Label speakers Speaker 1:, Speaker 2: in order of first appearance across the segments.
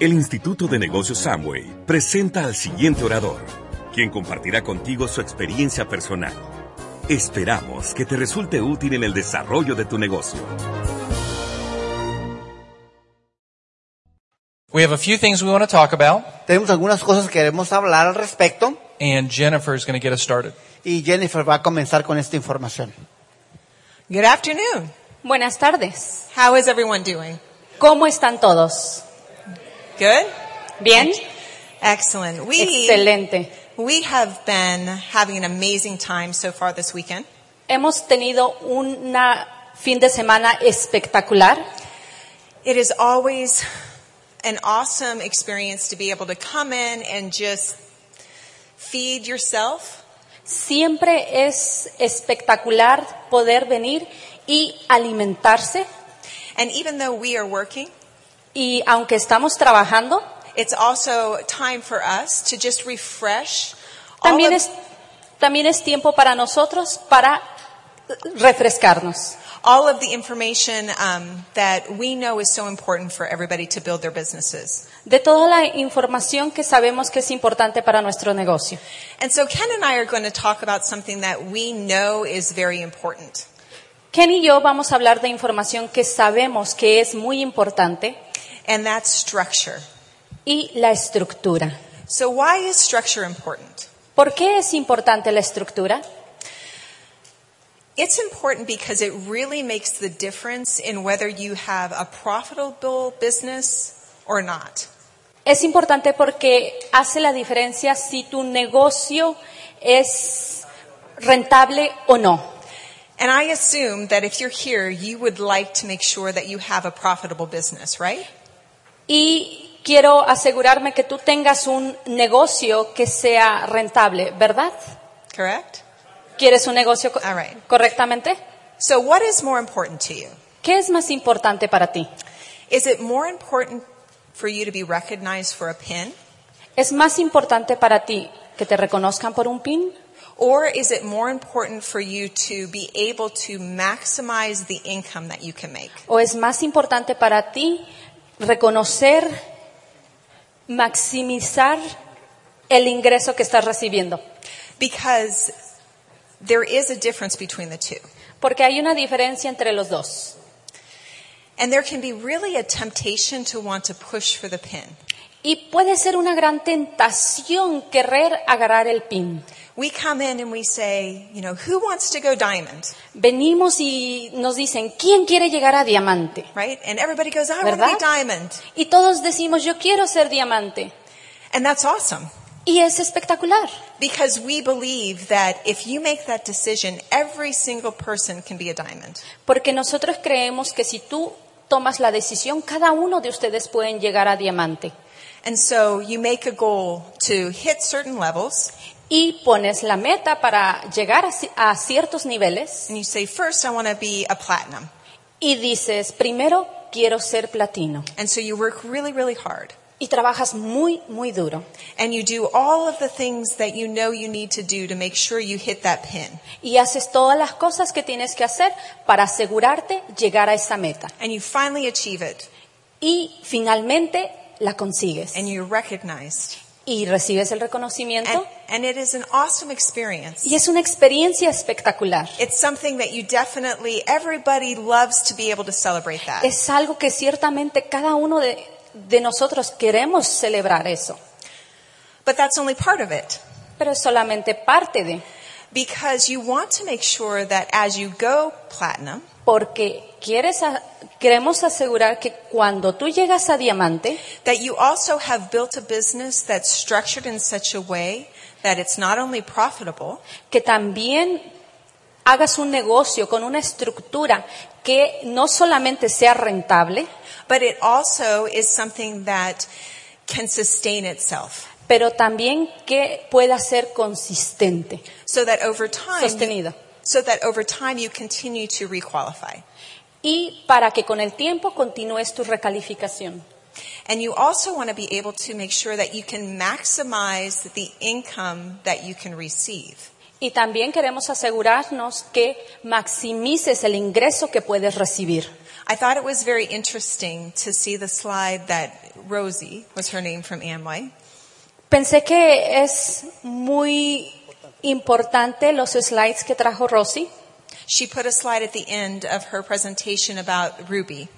Speaker 1: El Instituto de Negocios Samway presenta al siguiente orador, quien compartirá contigo su experiencia personal. Esperamos que te resulte útil en el desarrollo de tu negocio.
Speaker 2: We have a few things we want to talk about,
Speaker 3: Tenemos algunas cosas que queremos hablar al respecto
Speaker 2: and Jennifer is going to get us started.
Speaker 3: y Jennifer va a comenzar con esta información.
Speaker 4: Good afternoon.
Speaker 5: Buenas tardes.
Speaker 4: How is everyone doing?
Speaker 5: ¿Cómo están todos?
Speaker 4: Good?
Speaker 5: ¿Bien?
Speaker 4: Excellent. We,
Speaker 5: Excelente.
Speaker 4: we have been having an amazing time so far this weekend.
Speaker 5: Hemos tenido un fin de semana espectacular.
Speaker 4: It is always an awesome experience to be able to come in and just feed yourself
Speaker 5: Siempre es espectacular poder venir y alimentarse.
Speaker 4: and even though we are working,
Speaker 5: Y aunque estamos trabajando,
Speaker 4: it's also time for us to just refresh all
Speaker 5: también
Speaker 4: of,
Speaker 5: es, también es tiempo para nosotros para refrescarnos.
Speaker 4: all of the information um, that we know is so important for everybody to build their businesses.
Speaker 5: De toda la información que sabemos que es importante para nuestro negocio.
Speaker 4: And so Ken and I are going to talk about something that we know is very important.
Speaker 5: Ken y yo vamos a hablar de información que sabemos que es muy importante
Speaker 4: And that's structure.
Speaker 5: y la estructura.
Speaker 4: So why is structure important?
Speaker 5: ¿Por qué es importante la estructura?
Speaker 4: It's important because it really makes the difference in whether you have a profitable business or not.
Speaker 5: Es importante porque hace la diferencia si tu negocio es rentable o no.
Speaker 4: And I assume that if you're here, you would like to make sure that you have a profitable business, right?
Speaker 5: Y quiero asegurarme que tú tengas un negocio que sea rentable, ¿verdad?
Speaker 4: Correct?
Speaker 5: ¿Quieres un negocio co-
Speaker 4: All right.
Speaker 5: correctamente?
Speaker 4: So what is more important to you?
Speaker 5: ¿Qué es más importante para ti?
Speaker 4: Is it more important for you to be recognized for a pin?
Speaker 5: ¿Es más importante para ti que te reconozcan por un pin?
Speaker 4: Or is it more important for you to be able to maximize the income that you can make?
Speaker 5: ¿O es más importante para ti reconocer, maximizar el ingreso que estás recibiendo?
Speaker 4: Because there is a difference between the two.
Speaker 5: Porque hay una diferencia entre los dos.
Speaker 4: And there can be really a temptation to want to push for the pin.
Speaker 5: Y puede ser una gran tentación querer agarrar el pin.
Speaker 4: We come in and we say, you know, who wants to go diamond?
Speaker 5: Venimos y nos dicen, ¿quién quiere llegar a diamante?
Speaker 4: Right? And everybody goes, I want to be
Speaker 5: ¿Verdad?
Speaker 4: diamond.
Speaker 5: Y todos decimos, yo quiero ser diamante.
Speaker 4: And that's awesome.
Speaker 5: Y es espectacular,
Speaker 4: Because we believe that if you make that decision, every single person can be a diamond.
Speaker 5: porque nosotros creemos que si tú tomas la decisión, cada uno de ustedes pueden llegar a diamante.
Speaker 4: And so you make a goal to hit certain levels.
Speaker 5: y pones la meta para llegar a, ci- a ciertos niveles
Speaker 4: And you say, first, I want to be a platinum.
Speaker 5: y dices, primero quiero ser platino.
Speaker 4: And so you work really, really hard.
Speaker 5: Y trabajas muy, muy duro.
Speaker 4: And you do all of the things that you know you need to do to make sure you hit that pin.
Speaker 5: Y haces todas las cosas que tienes que hacer para asegurarte llegar a esa meta.
Speaker 4: And you finally achieve it.
Speaker 5: Y finalmente la consigues.
Speaker 4: And you're recognized.
Speaker 5: Y recibes el reconocimiento.
Speaker 4: And, and it is an awesome experience.
Speaker 5: Y es una experiencia espectacular.
Speaker 4: It's something that you definitely, everybody loves to be able to celebrate that.
Speaker 5: Es algo que ciertamente cada uno de, de nosotros queremos celebrar eso.
Speaker 4: But that's only part of it.
Speaker 5: Pero es solamente parte de.
Speaker 4: Because you want to make sure that as you go platinum,
Speaker 5: Porque quieres a- queremos asegurar que cuando tú llegas a diamante,
Speaker 4: that you also have built a business that's structured in such a way that it's not only profitable,
Speaker 5: que también hagas un negocio con una estructura que no solamente sea rentable,
Speaker 4: but it also is something that can sustain itself
Speaker 5: pero también que pueda ser consistente,
Speaker 4: so that over time
Speaker 5: sostenida.
Speaker 4: so that over time you continue to requalify
Speaker 5: Y para que con el tiempo continúes tu recalificación.
Speaker 4: and you also want to be able to make sure that you can maximize the income that you can receive
Speaker 5: Y también queremos asegurarnos que maximices el ingreso que puedes recibir.
Speaker 4: I thought it was very interesting to see the slide that Rosie was her name from Amway.
Speaker 5: Pensé que es muy importante los slides que trajo Rosy.
Speaker 4: She put a slide at the end of her presentation about Ruby,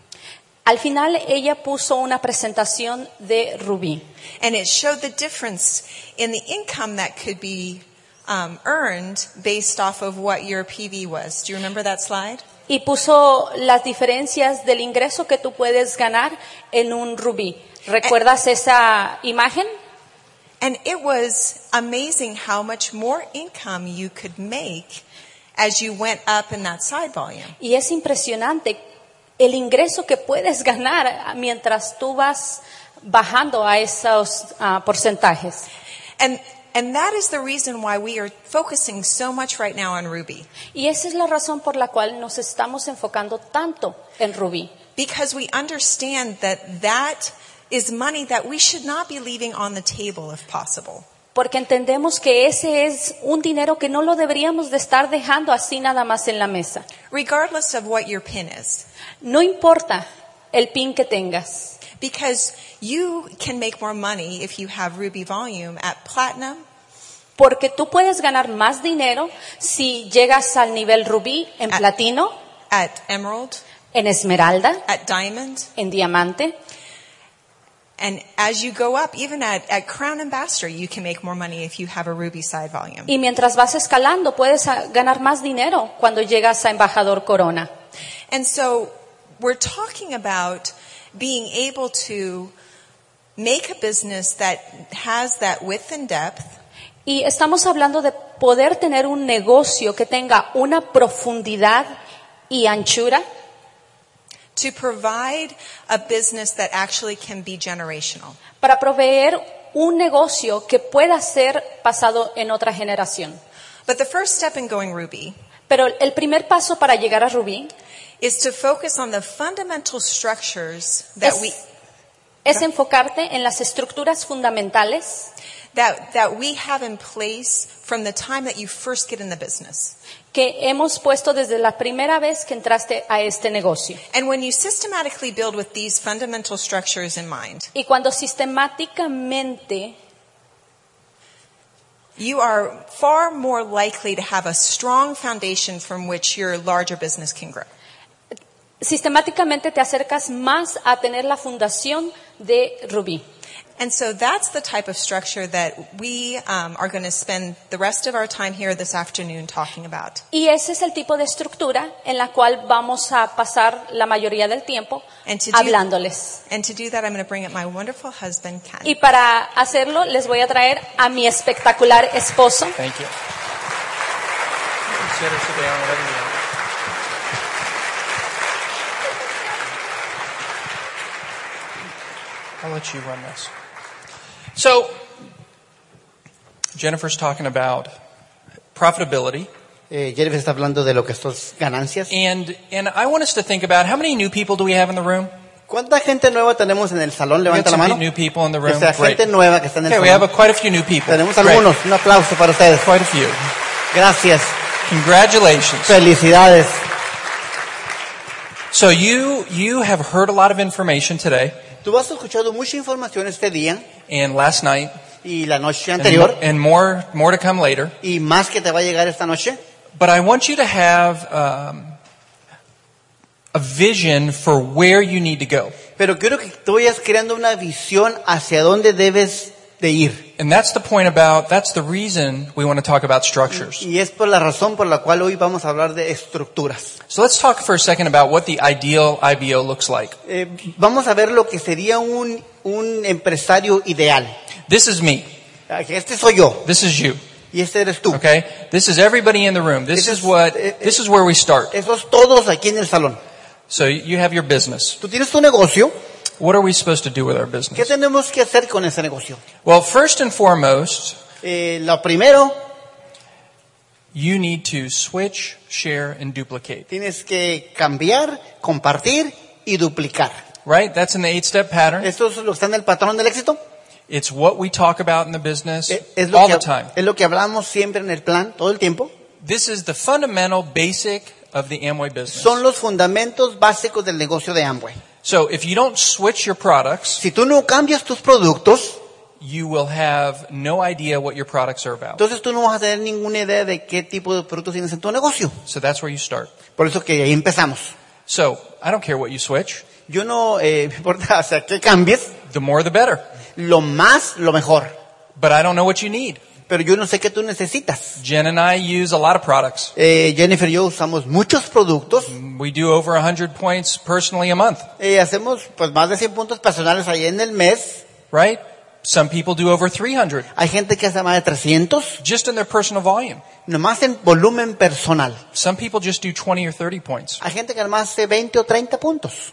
Speaker 5: Al final ella puso una presentación de Rubí
Speaker 4: and it showed the difference in the income that could be um, earned based off of what your PV was. Do you remember that slide?
Speaker 5: y puso las diferencias del ingreso que tú puedes ganar en un Rubí. ¿Recuerdas esa imagen?
Speaker 4: And it was amazing how much more income you could make as you went up in that side volume.
Speaker 5: Y es impresionante el ingreso que puedes ganar mientras tú vas bajando a esos ah, porcentajes.
Speaker 4: And and that is the reason why we are focusing so much right now on Ruby
Speaker 5: Y esa es la razón por la cual nos estamos enfocando tanto en Rubí.
Speaker 4: because we understand that that is money that we should not be leaving on the table if possible.
Speaker 5: Porque entendemos que ese es un dinero que no lo deberíamos de estar dejando así nada más en la mesa.
Speaker 4: regardless of what your pin is,
Speaker 5: No importa el pin que tengas,
Speaker 4: because you can make more money if you have Ruby Volume at Platinum
Speaker 5: porque tú puedes ganar más dinero si llegas al nivel rubí, en
Speaker 4: Ah.
Speaker 5: platino,
Speaker 4: at Emerald,
Speaker 5: en esmeralda,
Speaker 4: at Diamond,
Speaker 5: en diamante.
Speaker 4: and as you go up, even at, at Crown Ambassador, you can make more money if you have a Ruby side volume.
Speaker 5: Y mientras vas escalando puedes ah, ganar más dinero cuando llegas a embajador corona.
Speaker 4: And so we're talking about being able to make a business that has that width and depth
Speaker 5: Y estamos hablando de poder tener un negocio que tenga una profundidad y anchura
Speaker 4: to provide a business that actually can be generational.
Speaker 5: para proveer un negocio que pueda ser pasado en otra generación.
Speaker 4: But the first step in going Ruby
Speaker 5: Pero el primer paso para llegar a Rubí
Speaker 4: is to focus on the fundamental structures that
Speaker 5: es,
Speaker 4: we
Speaker 5: es enfocarte en las estructuras fundamentales
Speaker 4: that that we have in place from the time that you first get in the business.
Speaker 5: que hemos puesto desde la primera vez que entraste a este negocio.
Speaker 4: And when you systematically build with these fundamental structures in mind,
Speaker 5: Y cuando sistemáticamente
Speaker 4: you are far more likely to have a strong foundation from which your larger business can grow.
Speaker 5: sistemáticamente te acercas más a tener la fundación de Rubí.
Speaker 4: And so that's the type of structure that we um, are going to spend the rest of our time here this afternoon talking about.
Speaker 5: Y ese es el tipo de estructura en la cual vamos a pasar la mayoría del tiempo
Speaker 4: And to do-
Speaker 5: hablándoles.
Speaker 4: And to do that, I'm going to bring up my wonderful husband, Ken.
Speaker 5: Y para hacerlo les voy a traer a mi espectacular esposo.
Speaker 2: Thank you. You can sit or sit down, whatever you want. I'll let you run this. So, Jennifer's talking about profitability,
Speaker 3: Eh, Jennifer está hablando de lo que son ganancias.
Speaker 2: and and I want us to think about how many new people do we have in the room?
Speaker 3: ¿Cuánta gente nueva tenemos en el salón?
Speaker 2: We got
Speaker 3: Levanta la
Speaker 2: some
Speaker 3: mano.
Speaker 2: new people in the
Speaker 3: Que
Speaker 2: room.
Speaker 3: sea
Speaker 2: Great.
Speaker 3: gente nueva que está en el
Speaker 2: Okay, we have a,
Speaker 3: salón.
Speaker 2: quite a few new people.
Speaker 3: Tenemos
Speaker 2: Great.
Speaker 3: algunos. Un aplauso para ustedes.
Speaker 2: Quite a few.
Speaker 3: Gracias.
Speaker 2: Congratulations.
Speaker 3: Felicidades.
Speaker 2: So you you have heard a lot of information today
Speaker 3: Tú has escuchado mucha información este día
Speaker 2: and last night
Speaker 3: y la noche
Speaker 2: and, mo-
Speaker 3: anterior
Speaker 2: and more more to come later.
Speaker 3: y más que te va a llegar esta noche.
Speaker 2: But I want you to have um, a vision for where you need to go,
Speaker 3: Pero quiero que tú vayas creando una visión hacia dónde debes de ir.
Speaker 2: and that's the point about that's the reason we want to talk about structures.
Speaker 3: Y es por la razón por la cual hoy vamos a hablar de estructuras.
Speaker 2: So let's talk for a second about what the ideal IBO looks like.
Speaker 3: Eh, vamos a ver lo que sería un, un empresario ideal.
Speaker 2: This is me.
Speaker 3: Este soy yo
Speaker 2: This is you.
Speaker 3: y este eres tú.
Speaker 2: Okay. This is everybody in the room. This
Speaker 3: This
Speaker 2: is
Speaker 3: is-
Speaker 2: what.
Speaker 3: eh, eh.
Speaker 2: This is where we start.
Speaker 3: Esos todos aquí en el salón.
Speaker 2: So you have your business.
Speaker 3: Tú tienes tu negocio.
Speaker 2: What are we supposed to do with our
Speaker 3: ¿Qué
Speaker 2: business?
Speaker 3: tenemos que hacer con ese negocio?
Speaker 2: Well, first and foremost,
Speaker 3: Eh, lo primero,
Speaker 2: you need to switch, share, and duplicate.
Speaker 3: tienes que cambiar, compartir y duplicar.
Speaker 2: Right? That's in the eight-step pattern.
Speaker 3: Esto es lo que está en el patrón del éxito.
Speaker 2: It's what we talk about in the business
Speaker 3: Es es lo,
Speaker 2: all the
Speaker 3: que,
Speaker 2: time.
Speaker 3: es lo que hablamos siempre en el plan, todo el tiempo.
Speaker 2: This is the fundamental basic of the Amway business.
Speaker 3: Son los fundamentos básicos del negocio de Amway.
Speaker 2: so if you don't switch your products,
Speaker 3: Si tú no cambias tus productos,
Speaker 2: you will have no idea what your products are about.
Speaker 3: entonces tú no vas a tener ninguna idea de qué tipo de productos tienes en tu negocio.
Speaker 2: So that's where you start.
Speaker 3: Por eso que ahí empezamos.
Speaker 2: So I don't care what you switch.
Speaker 3: Yo no eh, me importa hacia qué cambies,
Speaker 2: The more the better.
Speaker 3: lo más, lo mejor.
Speaker 2: But I don't know what you need.
Speaker 3: Pero yo no sé qué tú necesitas.
Speaker 2: Jen and I use a lot of products.
Speaker 3: Eh, Jennifer y yo usamos muchos productos.
Speaker 2: We do over 100 points personally a month,
Speaker 3: Eh, hacemos pues más de 100 puntos personales ahí en el mes.
Speaker 2: right? Some people do over 300
Speaker 3: Hay gente que hace más de 300,
Speaker 2: just in their personal volume.
Speaker 3: nomás en volumen personal.
Speaker 2: Some people just do 20 or 30 points.
Speaker 3: Hay gente que nomás hace 20 o 30 puntos.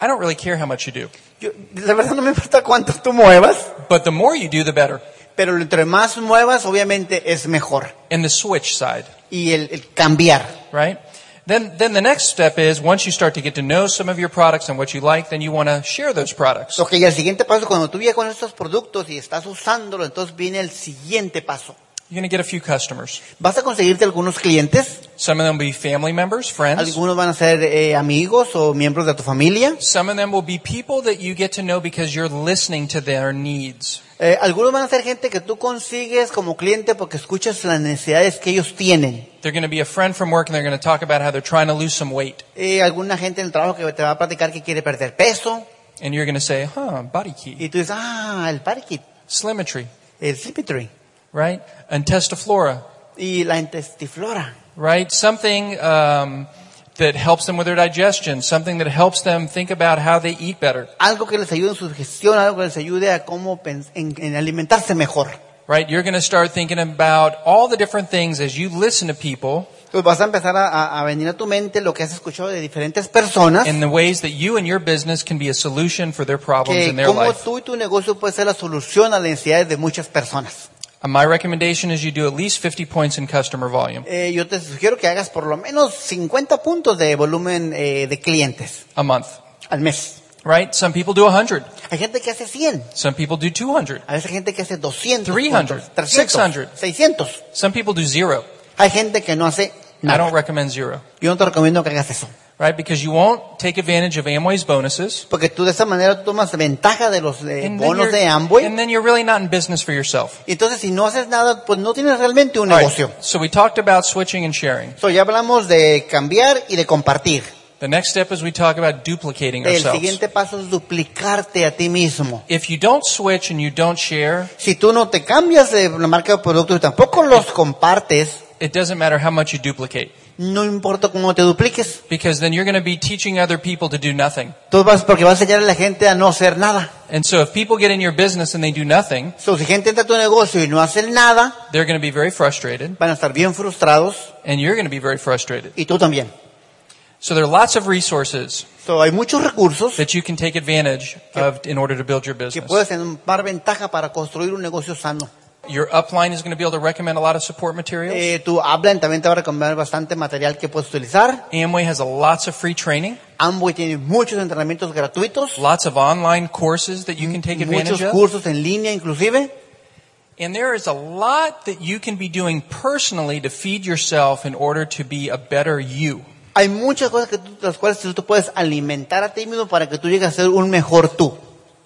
Speaker 2: I don't really care how much you do.
Speaker 3: Yo, la verdad no me importa cuántos tú muevas,
Speaker 2: But the more you do, the better.
Speaker 3: pero entre más muevas obviamente es mejor.
Speaker 2: And the switch side,
Speaker 3: Y el, el cambiar.
Speaker 2: right? Then, then the next step is once you start to get to know some of your products and what you like, then you want to share those products.
Speaker 3: Ok, y el siguiente paso, cuando tú vienes con estos productos y estás usándolo, entonces viene el siguiente paso.
Speaker 2: You're going to get a few customers.
Speaker 3: Vas a conseguirte algunos clientes,
Speaker 2: Some of them will be family members, friends.
Speaker 3: algunos van a ser eh, amigos o miembros de tu familia,
Speaker 2: Some of them will be people that you get to know because you're listening to their needs.
Speaker 3: Eh, algunos van a ser gente que tú consigues como cliente porque escuchas las necesidades que ellos tienen.
Speaker 2: They're going to be a friend from work and they're going to talk about how they're trying to lose some weight.
Speaker 3: Eh, alguna gente en el trabajo que te va a platicar que quiere perder peso
Speaker 2: And you're going to say, huh, body key,
Speaker 3: y tú dices, ah, el parkit,
Speaker 2: slimetry,
Speaker 3: el slippery
Speaker 2: right? Intestiflora,
Speaker 3: y la intestiflora.
Speaker 2: right? Something um, that helps them with their digestion, something that helps them think about how they eat better,
Speaker 3: Algo que les ayude en su gestión, algo que les ayude a cómo pens- en, en alimentarse mejor.
Speaker 2: right? You're going to start thinking about all the different things as you listen to people
Speaker 3: Pues vas a empezar a- a, a venir a tu mente lo que has escuchado de diferentes personas,
Speaker 2: and the ways that you and your business can be a solution for their problems in
Speaker 3: que
Speaker 2: their
Speaker 3: cómo
Speaker 2: life.
Speaker 3: tú y tu negocio puede ser la solución a las necesidades de muchas personas.
Speaker 2: And Uh, my recommendation is you do at least 50 points in customer volume
Speaker 3: Eh, yo te sugiero que hagas por lo menos 50 puntos de volumen eh, de clientes
Speaker 2: a month,
Speaker 3: al mes.
Speaker 2: right? Some people do 100.
Speaker 3: Hay gente que hace 100.
Speaker 2: Some people do 200.
Speaker 3: A veces hay gente que hace 200.
Speaker 2: 300,
Speaker 3: puntos,
Speaker 2: 600.
Speaker 3: 300, 600.
Speaker 2: Some people do zero.
Speaker 3: Hay gente que no hace
Speaker 2: I don't
Speaker 3: nada.
Speaker 2: recommend zero,
Speaker 3: Yo no te recomiendo que hagas eso.
Speaker 2: right? Because you won't take advantage of Amway's bonuses.
Speaker 3: Porque tú de esa manera tomas ventaja de los eh,
Speaker 2: And then
Speaker 3: bonos
Speaker 2: you're-
Speaker 3: de Amway.
Speaker 2: and then you're really not in business for yourself.
Speaker 3: Y Entonces, si no haces nada, pues no tienes realmente un
Speaker 2: All right,
Speaker 3: negocio.
Speaker 2: So we talked about switching and sharing.
Speaker 3: So, ya hablamos de cambiar y de compartir.
Speaker 2: The next step is we talk about duplicating
Speaker 3: El
Speaker 2: ourselves.
Speaker 3: siguiente paso es duplicarte a ti mismo.
Speaker 2: If you don't switch and you don't share,
Speaker 3: Si tú no te cambias de la marca de productos y tampoco los compartes,
Speaker 2: it doesn't matter how much you duplicate
Speaker 3: No importa cómo te dupliques.
Speaker 2: because then you're going to be teaching other people to do nothing.
Speaker 3: Tú vas porque vas a enseñar a la gente a no hacer nada.
Speaker 2: And so if people get in your business and they do nothing,
Speaker 3: So, si gente entra a tu negocio y no hacen nada,
Speaker 2: they're going to be very frustrated
Speaker 3: van a estar bien frustrados
Speaker 2: and you're going to be very frustrated.
Speaker 3: y tú también.
Speaker 2: So there are lots of resources
Speaker 3: So, hay muchos recursos
Speaker 2: that you can take advantage of in order to build your
Speaker 3: que
Speaker 2: business.
Speaker 3: puedes tomar ventaja para construir un negocio sano.
Speaker 2: Your upline is going to be able to recommend a lot of support materials.
Speaker 3: Eh, tu Upline también te va a recomendar bastante material que puedes utilizar.
Speaker 2: Amway has a lots of free training,
Speaker 3: Amway tiene muchos entrenamientos gratuitos,
Speaker 2: lots of online courses that you can take
Speaker 3: muchos
Speaker 2: advantage of.
Speaker 3: cursos en línea inclusive.
Speaker 2: And there is a lot that you can be doing personally to feed yourself in order to be a better you.
Speaker 3: Hay muchas cosas que tú, las cuales tú te puedes alimentar a ti mismo para que tú llegues a ser un mejor tú.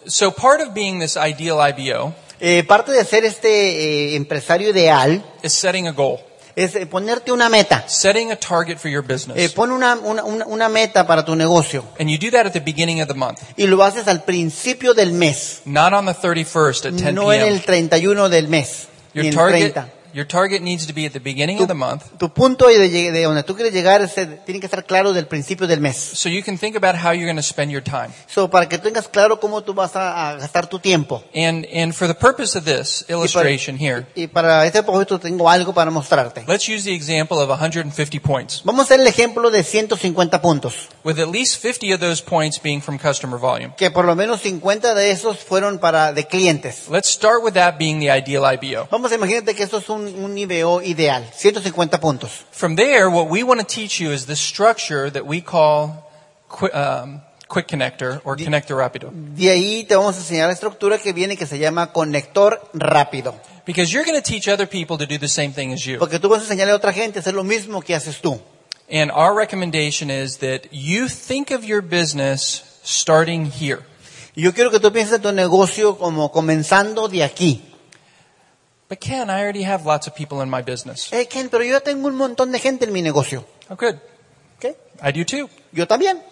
Speaker 2: So part of being this ideal IBO
Speaker 3: Eh, parte de ser este eh, empresario ideal
Speaker 2: is setting a goal,
Speaker 3: es eh, ponerte una meta.
Speaker 2: setting a target for your
Speaker 3: Eh,
Speaker 2: business.
Speaker 3: pon una, una, una- una meta para tu negocio
Speaker 2: And you do that at the beginning of the month,
Speaker 3: y lo haces al principio del mes,
Speaker 2: not on the 31st at 10
Speaker 3: no en
Speaker 2: p.m.
Speaker 3: el 31 del mes, ni
Speaker 2: Your
Speaker 3: el
Speaker 2: target,
Speaker 3: 30.
Speaker 2: your target needs to be at the beginning
Speaker 3: Tu,
Speaker 2: of the month.
Speaker 3: tu punto de, lleg- de donde tú quieres llegar es, eh, tiene que estar claro del principio del mes.
Speaker 2: So you can think about how you're going to spend your time.
Speaker 3: So, para que tengas claro cómo tú vas a, a gastar tu tiempo.
Speaker 2: And, and for the purpose of this illustration here,
Speaker 3: Y para este propósito tengo algo para mostrarte.
Speaker 2: let's use the example of 150 points,
Speaker 3: Vamos a hacer el ejemplo de 150 puntos,
Speaker 2: with at least 50 of those points being from customer volume.
Speaker 3: que por lo menos 50 de esos fueron para de clientes.
Speaker 2: Let's start with that being the ideal IBO.
Speaker 3: Vamos a imagínate que esto es un, un IBO ideal, 150 puntos.
Speaker 2: From there, what we want to teach you is the structure that we call qu- um, quick connector or connector rápido.
Speaker 3: De ahí te vamos a enseñar la estructura que viene que se llama conector rápido.
Speaker 2: Because you're going to teach other people to do the same thing as you.
Speaker 3: Porque tú vas a enseñarle a otra gente a hacer lo mismo que haces tú.
Speaker 2: And our recommendation is that you think of your business starting here.
Speaker 3: Y Yo quiero que tú pienses en tu negocio como comenzando de aquí.
Speaker 2: But Ken, I already have lots of people in my business.
Speaker 3: Eh, Ken, pero yo ya tengo un montón de gente en mi negocio.
Speaker 2: Oh, good.
Speaker 3: ¿Qué?
Speaker 2: I do too.
Speaker 3: Yo también.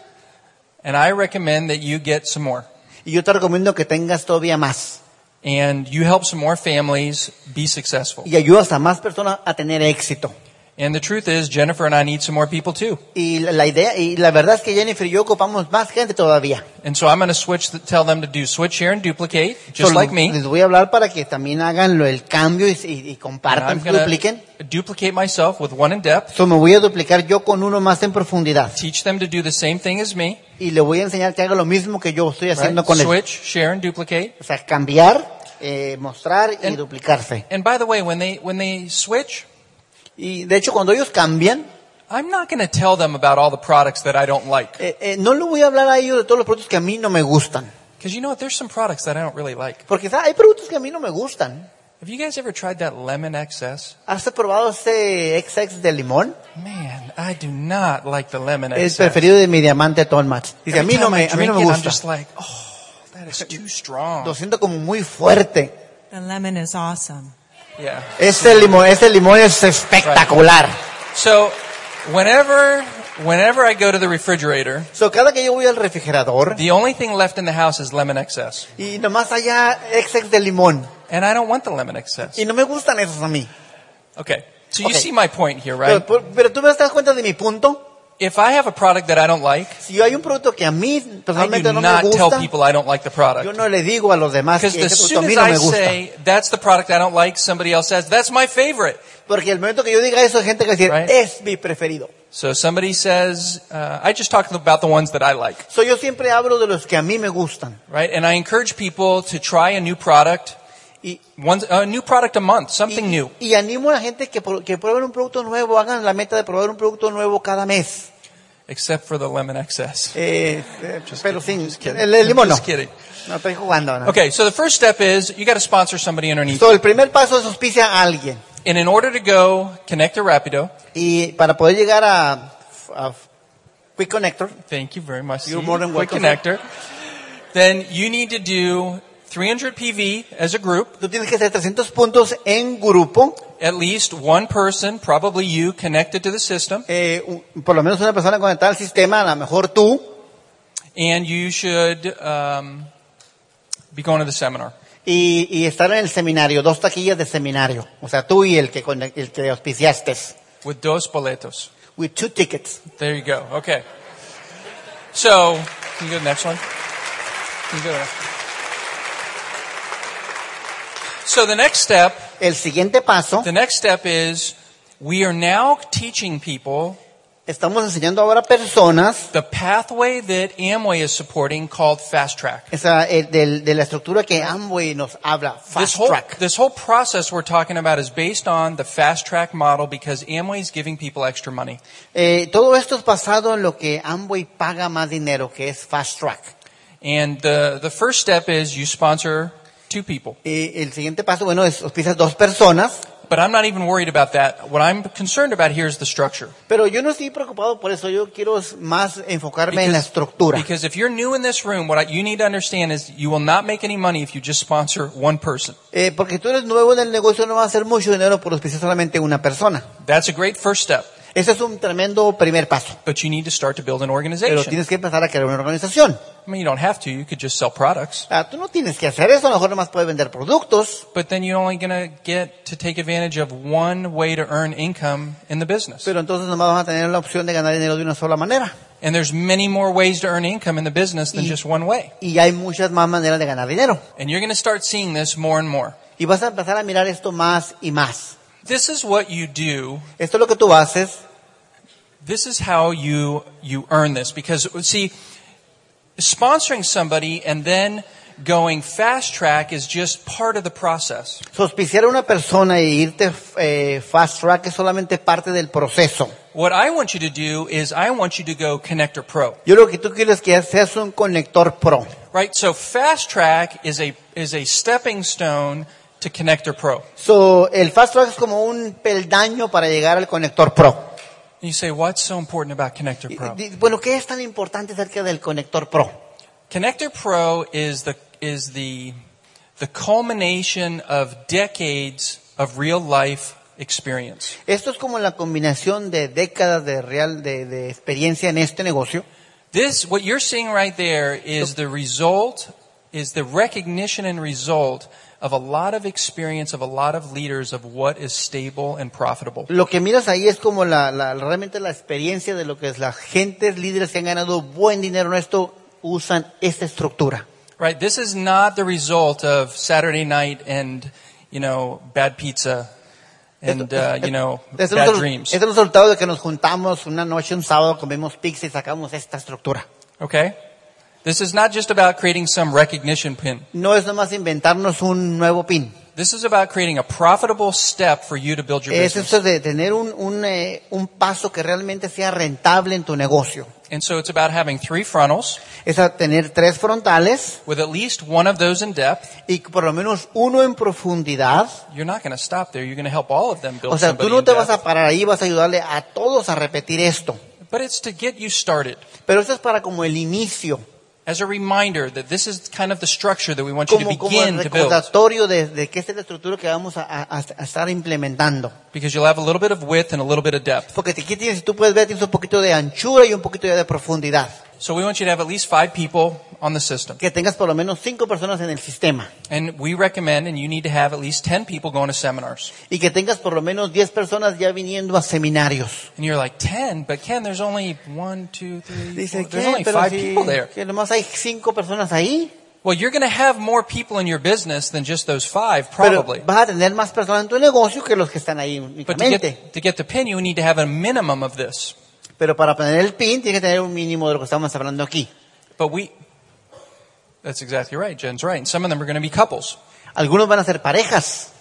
Speaker 2: And I recommend that you get some more.
Speaker 3: Y yo te recomiendo que tengas todavía más.
Speaker 2: And you help some more families be successful.
Speaker 3: Y ayudas a más personas a tener éxito.
Speaker 2: And the truth is, Jennifer and I need some more people too.
Speaker 3: Y la- la idea, y la verdad es que Jennifer y yo ocupamos más gente todavía.
Speaker 2: And so I'm going to switch, the, tell them to do switch here and duplicate, just
Speaker 3: Solo
Speaker 2: like me.
Speaker 3: Les voy a hablar para que también hagan lo- el cambio y, y- y
Speaker 2: And
Speaker 3: compartan,
Speaker 2: I'm gonna
Speaker 3: dupliquen.
Speaker 2: duplicate myself with one in depth,
Speaker 3: So, me voy a duplicar yo con uno más en profundidad.
Speaker 2: teach them to do the same thing as me.
Speaker 3: Y le voy a enseñar que haga lo mismo que yo estoy
Speaker 2: right?
Speaker 3: haciendo con él.
Speaker 2: Switch, share, and duplicate.
Speaker 3: O sea, cambiar, eh, mostrar y
Speaker 2: And-
Speaker 3: duplicarse.
Speaker 2: And by the way, when they, when they switch,
Speaker 3: Y de hecho, cuando ellos cambian,
Speaker 2: I'm not going to tell them about all the products that I don't like.
Speaker 3: eh, eh, no le voy a hablar a ellos de todos los productos que a mí no me gustan.
Speaker 2: Because you know what? There's some products that I don't really like.
Speaker 3: Porque ¿sabes? hay productos que a mí no me gustan.
Speaker 2: Have you guys ever tried that lemon excess?
Speaker 3: ¿Has probado ese XX de limón?
Speaker 2: Man, I do not like the lemon
Speaker 3: Es
Speaker 2: excess.
Speaker 3: preferido de mi diamante Tonmatch. Dice, a
Speaker 2: Every
Speaker 3: mí no
Speaker 2: time
Speaker 3: me,
Speaker 2: I
Speaker 3: a mí no
Speaker 2: drink
Speaker 3: me
Speaker 2: it, I'm
Speaker 3: gusta.
Speaker 2: just like, oh, that is too
Speaker 3: Lo
Speaker 2: strong.
Speaker 3: siento como muy fuerte.
Speaker 4: The lemon is awesome.
Speaker 2: Yeah.
Speaker 3: Este limón, este limón es espectacular.
Speaker 2: So, whenever, whenever I go to the refrigerator,
Speaker 3: So, cada que yo voy al refrigerador
Speaker 2: the only thing left in the house is lemon excess.
Speaker 3: y nomás haya XX de limón.
Speaker 2: And I don't want the lemon excess.
Speaker 3: Y no me gustan esos a mí.
Speaker 2: Okay. So you
Speaker 3: Okay.
Speaker 2: see my point here, right?
Speaker 3: Pero, pero- pero tú me das cuenta de mi punto.
Speaker 2: If I have a product that I don't like,
Speaker 3: Si hay un producto que a mí
Speaker 2: I do
Speaker 3: personalmente no me
Speaker 2: not tell
Speaker 3: gusta,
Speaker 2: people I don't like the
Speaker 3: yo
Speaker 2: product.
Speaker 3: no le digo a los demás que
Speaker 2: Because
Speaker 3: ese
Speaker 2: as
Speaker 3: producto a
Speaker 2: soon
Speaker 3: mí
Speaker 2: as
Speaker 3: no
Speaker 2: I
Speaker 3: me gusta.
Speaker 2: say, that's the product I don't like, somebody else says, that's my favorite.
Speaker 3: Porque el momento que yo diga eso, hay gente que va a decir,
Speaker 2: Right.
Speaker 3: es mi preferido.
Speaker 2: So somebody says, uh, I just talked about the ones that I like,
Speaker 3: So, yo siempre hablo de los que a mí me gustan.
Speaker 2: right? And I encourage people to try a new product,
Speaker 3: Y,
Speaker 2: one, a new product a month, something
Speaker 3: y-
Speaker 2: new.
Speaker 3: y animo a la gente que, pro- que prueben un producto nuevo, hagan la meta de probar un producto nuevo cada mes.
Speaker 2: Except for the lemon excess.
Speaker 3: Eh, eh, pero sin
Speaker 2: kidding.
Speaker 3: el, el limón
Speaker 2: I'm
Speaker 3: no.
Speaker 2: just kidding.
Speaker 3: No estoy jugando. No.
Speaker 2: Okay, so the first step is you got to sponsor somebody underneath.
Speaker 3: So, el primer paso es auspicia a alguien.
Speaker 2: And in order to go Connector Rapido,
Speaker 3: Y para poder llegar a, a Quick Connector,
Speaker 2: thank you very much.
Speaker 3: You're
Speaker 2: See,
Speaker 3: more than
Speaker 2: quick
Speaker 3: welcome.
Speaker 2: Connector. Then you need to do 300 PV as a group,
Speaker 3: tú tienes que hacer 300 puntos en grupo,
Speaker 2: at least one person, probably you, connected to the system.
Speaker 3: eh, un- por lo menos una persona conectada al sistema, a lo mejor tú,
Speaker 2: and you should um, be going to the seminar.
Speaker 3: y, y estar en el seminario, dos taquillas de seminario. O sea, tú y el que, con- el que auspiciaste.
Speaker 2: with dos boletos.
Speaker 3: With two tickets.
Speaker 2: There you go. Okay. So, can you go to the next one? Can you go to the next one? So the next step,
Speaker 3: El siguiente paso,
Speaker 2: the next step is we are now teaching people
Speaker 3: estamos enseñando ahora a personas
Speaker 2: the pathway that Amway is supporting called Fast Track.
Speaker 3: esa, eh, del- de la estructura que Amway nos habla,
Speaker 2: This
Speaker 3: Fast
Speaker 2: whole,
Speaker 3: Track.
Speaker 2: this whole process we're talking about is based on the Fast Track model because Amway is giving people extra money.
Speaker 3: Eh, todo esto es basado en lo que Amway paga más dinero, que es Fast Track.
Speaker 2: And the, the first step is you sponsor two people.
Speaker 3: Eh, el siguiente paso, bueno, es auspicias dos personas,
Speaker 2: But I'm not even worried about that. What I'm concerned about here is the structure.
Speaker 3: pero yo no estoy preocupado por eso, yo quiero es- más enfocarme en la estructura.
Speaker 2: because if you're new in this room, what I, you need to understand is you will not make any money if you just sponsor one person.
Speaker 3: Eh, porque tú eres nuevo en el negocio, no vas a hacer mucho dinero por auspiciar solamente una persona.
Speaker 2: That's a great first step,
Speaker 3: Ese es un tremendo primer paso,
Speaker 2: but you need to start to build an
Speaker 3: pero
Speaker 2: organization.
Speaker 3: tienes que empezar a crear una organización.
Speaker 2: I mean, you don't have to. You could just sell products,
Speaker 3: Ah, tú no tienes que hacer eso, a lo mejor nomás puedes vender productos,
Speaker 2: but then you're only going to get to take advantage of one way to earn income in the business.
Speaker 3: pero entonces nomás vas a tener la opción de ganar dinero de una sola manera.
Speaker 2: And there's many more ways to earn income in the business than
Speaker 3: Y-
Speaker 2: just one way.
Speaker 3: Y hay muchas más maneras de ganar dinero.
Speaker 2: And you're going to start seeing this more and more.
Speaker 3: Y vas a empezar a mirar esto más y más.
Speaker 2: This is what you do
Speaker 3: Esto es lo que tú haces
Speaker 2: this is how you you earn this because see sponsoring somebody and then going fast track is just part of the process
Speaker 3: Sospiciar a una persona e irte eh, fast track es solamente parte del proceso.
Speaker 2: What I want you to do is I want you to go Connector Pro,
Speaker 3: Yo lo que tú quiero es que seas un conector pro.
Speaker 2: right? So Fast Track is a, is a stepping stone to Connector Pro.
Speaker 3: So, el fast track es como un peldaño para llegar al conector pro.
Speaker 2: And you say, what's so important about Connector
Speaker 3: Y-
Speaker 2: Pro?
Speaker 3: di- Bueno, ¿qué es tan importante acerca del conector pro?
Speaker 2: Connector Pro is the is the the culmination of decades of real life experience.
Speaker 3: Esto es como la combinación de décadas de real de, de experiencia en este negocio.
Speaker 2: This what you're seeing right there is the result is the recognition and result of a lot of experience of a lot of leaders of what is stable and profitable.
Speaker 3: Lo que miras ahí es como la, la- realmente la experiencia de lo que es las gentes líderes que han ganado buen dinero en esto usan esta estructura.
Speaker 2: Right? This is not the result of Saturday night and, you know, bad pizza and uh, you know,
Speaker 3: Este es, el,
Speaker 2: bad
Speaker 3: resu-
Speaker 2: dreams.
Speaker 3: este es el resultado de que nos juntamos una noche, un sábado, comemos pizza y sacamos esta estructura.
Speaker 2: Okay? This is not just about creating some recognition pin.
Speaker 3: No es nomás inventarnos un nuevo pin.
Speaker 2: This is about creating a profitable step for you to build your
Speaker 3: Es
Speaker 2: business.
Speaker 3: esto de tener un, un, eh, un paso que realmente sea rentable en tu negocio.
Speaker 2: And so it's about having three frontals
Speaker 3: Es a tener tres frontales
Speaker 2: with at least one of those in depth.
Speaker 3: y por lo menos uno en profundidad.
Speaker 2: You're not going to stop there. You're going to help all of them build
Speaker 3: O sea, tú
Speaker 2: somebody
Speaker 3: no
Speaker 2: in
Speaker 3: te vas
Speaker 2: depth.
Speaker 3: a parar ahí, vas a ayudarle a todos a repetir esto.
Speaker 2: But it's to get you started.
Speaker 3: Pero esto es para como el inicio,
Speaker 2: As a reminder that this is kind of the structure that we want you to
Speaker 3: como, como el
Speaker 2: begin to build.
Speaker 3: recordatorio de, de que esta es la estructura que vamos a, a- a estar implementando.
Speaker 2: Because you'll have a little bit of width and a little bit of depth.
Speaker 3: Porque aquí tienes, tú puedes ver, tienes un poquito de anchura y un poquito de profundidad.
Speaker 2: So we want you to have at least five people on the system.
Speaker 3: Que tengas por lo menos cinco personas en el sistema.
Speaker 2: And we recommend, and you need to have at least 10 people going to seminars.
Speaker 3: Y que tengas por lo menos diez personas ya viniendo a seminarios.
Speaker 2: And you're like, 10? But Ken, there's only one, two, three, four.
Speaker 3: Dice,
Speaker 2: There's
Speaker 3: ¿qué?
Speaker 2: only
Speaker 3: Pero
Speaker 2: five
Speaker 3: si-
Speaker 2: people there.
Speaker 3: que nomás hay cinco personas ahí.
Speaker 2: Well, you're going to have more people in your business than just those five,
Speaker 3: Pero
Speaker 2: probably.
Speaker 3: vas a tener más personas en tu negocio que los que están ahí
Speaker 2: but to
Speaker 3: únicamente.
Speaker 2: get, to get the pin, you need to have a minimum of this.
Speaker 3: Pero para poner el pin tiene que tener un mínimo de lo que estamos hablando aquí.
Speaker 2: But we, that's exactly right. Jen's right. And some of them are going to be couples.
Speaker 3: Algunos van a ser parejas.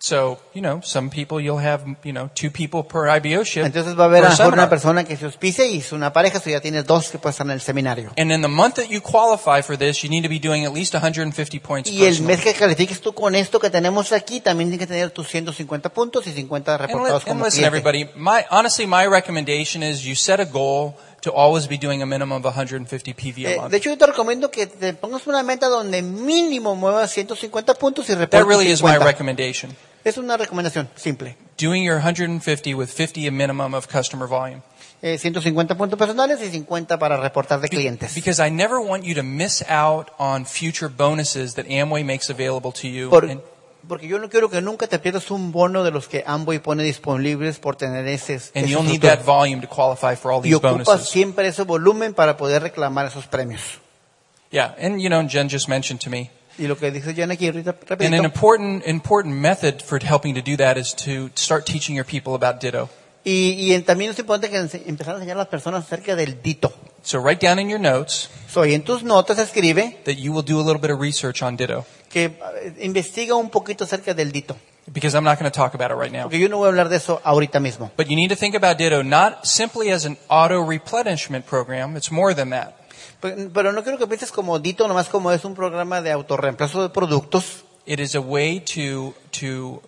Speaker 2: So, you know, some people you'll have, you know, two people per IBO ship.
Speaker 3: Entonces va a
Speaker 2: for
Speaker 3: haber a
Speaker 2: a
Speaker 3: lo mejor una
Speaker 2: seminar.
Speaker 3: persona que se auspicia y es una pareja, tú ya tienes dos que pueden estar en el seminario.
Speaker 2: And in the month that you qualify for this, you need to be doing at least 150 points
Speaker 3: Y el
Speaker 2: personal.
Speaker 3: mes que califiques tú con esto que tenemos aquí, también tienes que tener tus 150 puntos y 50
Speaker 2: And,
Speaker 3: reportados
Speaker 2: li-
Speaker 3: como
Speaker 2: and listen,
Speaker 3: cliente.
Speaker 2: everybody, my, honestly, my recommendation is you set a goal to always be doing a minimum of 150 PV a
Speaker 3: Eh,
Speaker 2: month.
Speaker 3: de hecho, yo te recomiendo que te pongas una meta donde mínimo muevas 150 puntos y
Speaker 2: that
Speaker 3: reportes
Speaker 2: really is my
Speaker 3: 50.
Speaker 2: recommendation.
Speaker 3: Es una recomendación simple.
Speaker 2: doing your 150 with 50 a minimum of customer volume.
Speaker 3: Eh, 150 puntos personales y 50 para reportar de clientes.
Speaker 2: Because I never want you to miss out on future bonuses that Amway makes available to you.
Speaker 3: Por-
Speaker 2: and,
Speaker 3: porque yo no quiero que nunca te pierdas un bono de los que Amway pone disponibles por tener ese, ese
Speaker 2: and you'll need
Speaker 3: estructura.
Speaker 2: that volume to qualify for all
Speaker 3: y
Speaker 2: these
Speaker 3: ocupas
Speaker 2: bonuses.
Speaker 3: siempre ese volumen para poder reclamar esos premios.
Speaker 2: Yeah, and you know, Jen just mentioned to me.
Speaker 3: Y lo que dice Jan aquí, ahorita
Speaker 2: And an
Speaker 3: repito,
Speaker 2: important, important method for helping to do that is to start teaching your people about Ditto.
Speaker 3: y, y en- también es importante que ense- empezar a enseñar a las personas acerca del dito.
Speaker 2: So write down in your notes
Speaker 3: Soy en tus notas escribe
Speaker 2: that you will do a little bit of research on Ditto.
Speaker 3: que eh, investiga un poquito acerca del dito,
Speaker 2: Because I'm not going to talk about it right now.
Speaker 3: porque yo no voy a hablar de eso ahorita mismo.
Speaker 2: But you need to think about Ditto not simply as an auto replenishment program. It's more than that.
Speaker 3: Pero, pero no quiero que pienses como dito, nomás como es un programa de autorreemplazo de productos.
Speaker 2: It is a way to to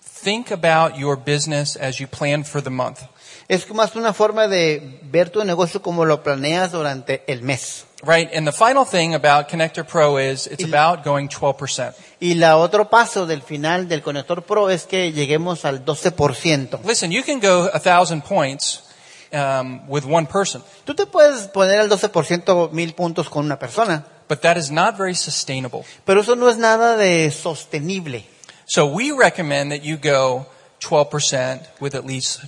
Speaker 2: think about your business as you plan for the month.
Speaker 3: Es más una forma de ver tu negocio como lo planeas durante el mes.
Speaker 2: Right? And the final thing about Connector Pro is it's
Speaker 3: Il-
Speaker 2: about going 12%.
Speaker 3: Y la otro paso del final del conector pro es que lleguemos al 12%.
Speaker 2: Listen, you can go a thousand points um, with one person,
Speaker 3: Tú te puedes poner al 12% mil puntos con una persona,
Speaker 2: but that is not very sustainable.
Speaker 3: pero eso no es nada de sostenible.
Speaker 2: So we recommend that you go 12% with at least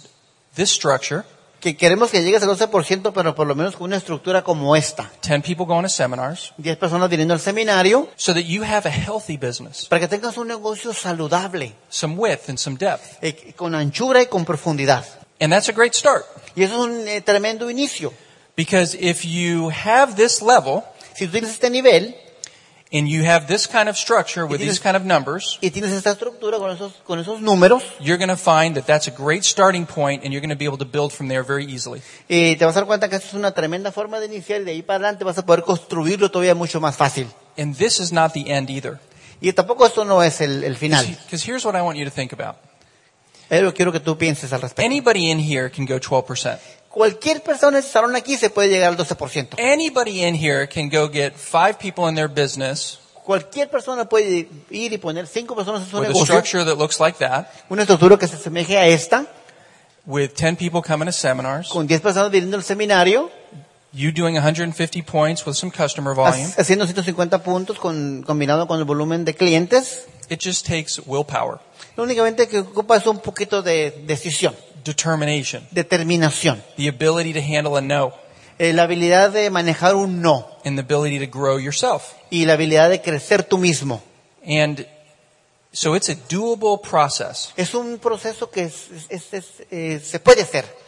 Speaker 2: this structure,
Speaker 3: Que queremos que llegues al 12%, pero por lo menos con una estructura como esta.
Speaker 2: 10 people going to seminars,
Speaker 3: 10 personas viniendo al seminario
Speaker 2: so that you have a healthy business,
Speaker 3: para que tengas un negocio saludable,
Speaker 2: some width and some depth.
Speaker 3: eh, con anchura y con profundidad.
Speaker 2: And that's a great start.
Speaker 3: Y eso es un eh, tremendo inicio.
Speaker 2: Because if you have this level,
Speaker 3: Si tú tienes este nivel,
Speaker 2: and you have this kind of structure with
Speaker 3: It
Speaker 2: these
Speaker 3: is-
Speaker 2: kind of numbers,
Speaker 3: y tienes esta estructura con esos, con esos números,
Speaker 2: you're going to find that that's a great starting point and you're going to be able to build from there very easily.
Speaker 3: y eh, te vas a dar cuenta que esto es una tremenda forma de iniciar y de ahí para adelante vas a poder construirlo todavía mucho más fácil.
Speaker 2: And this is not the end either.
Speaker 3: Y tampoco esto no es el, el final.
Speaker 2: Because here's what I want you to think about.
Speaker 3: Es lo que quiero que tú pienses al respecto.
Speaker 2: Anybody in here can go 12%.
Speaker 3: Cualquier persona en este salón aquí se puede llegar al 12%.
Speaker 2: Anybody in here can go get five people in their business
Speaker 3: Cualquier persona puede ir y poner cinco personas en su
Speaker 2: with a
Speaker 3: negocio.
Speaker 2: structure that looks like that,
Speaker 3: Una estructura que se asemeje a esta,
Speaker 2: with 10 people coming to seminars,
Speaker 3: con 10 personas viniendo al seminario,
Speaker 2: you doing 150 points with some customer
Speaker 3: ha-
Speaker 2: volume.
Speaker 3: haciendo 150 puntos con, combinado con el volumen de clientes.
Speaker 2: It just takes willpower,
Speaker 3: Lo únicamente que ocupa es un poquito de decisión,
Speaker 2: determination,
Speaker 3: determinación,
Speaker 2: the ability to handle a no,
Speaker 3: eh, la habilidad de manejar un no
Speaker 2: and the ability to grow yourself.
Speaker 3: y la habilidad de crecer tú mismo.
Speaker 2: And so it's a doable process.
Speaker 3: Es un proceso que es- es- es- eh, se puede hacer.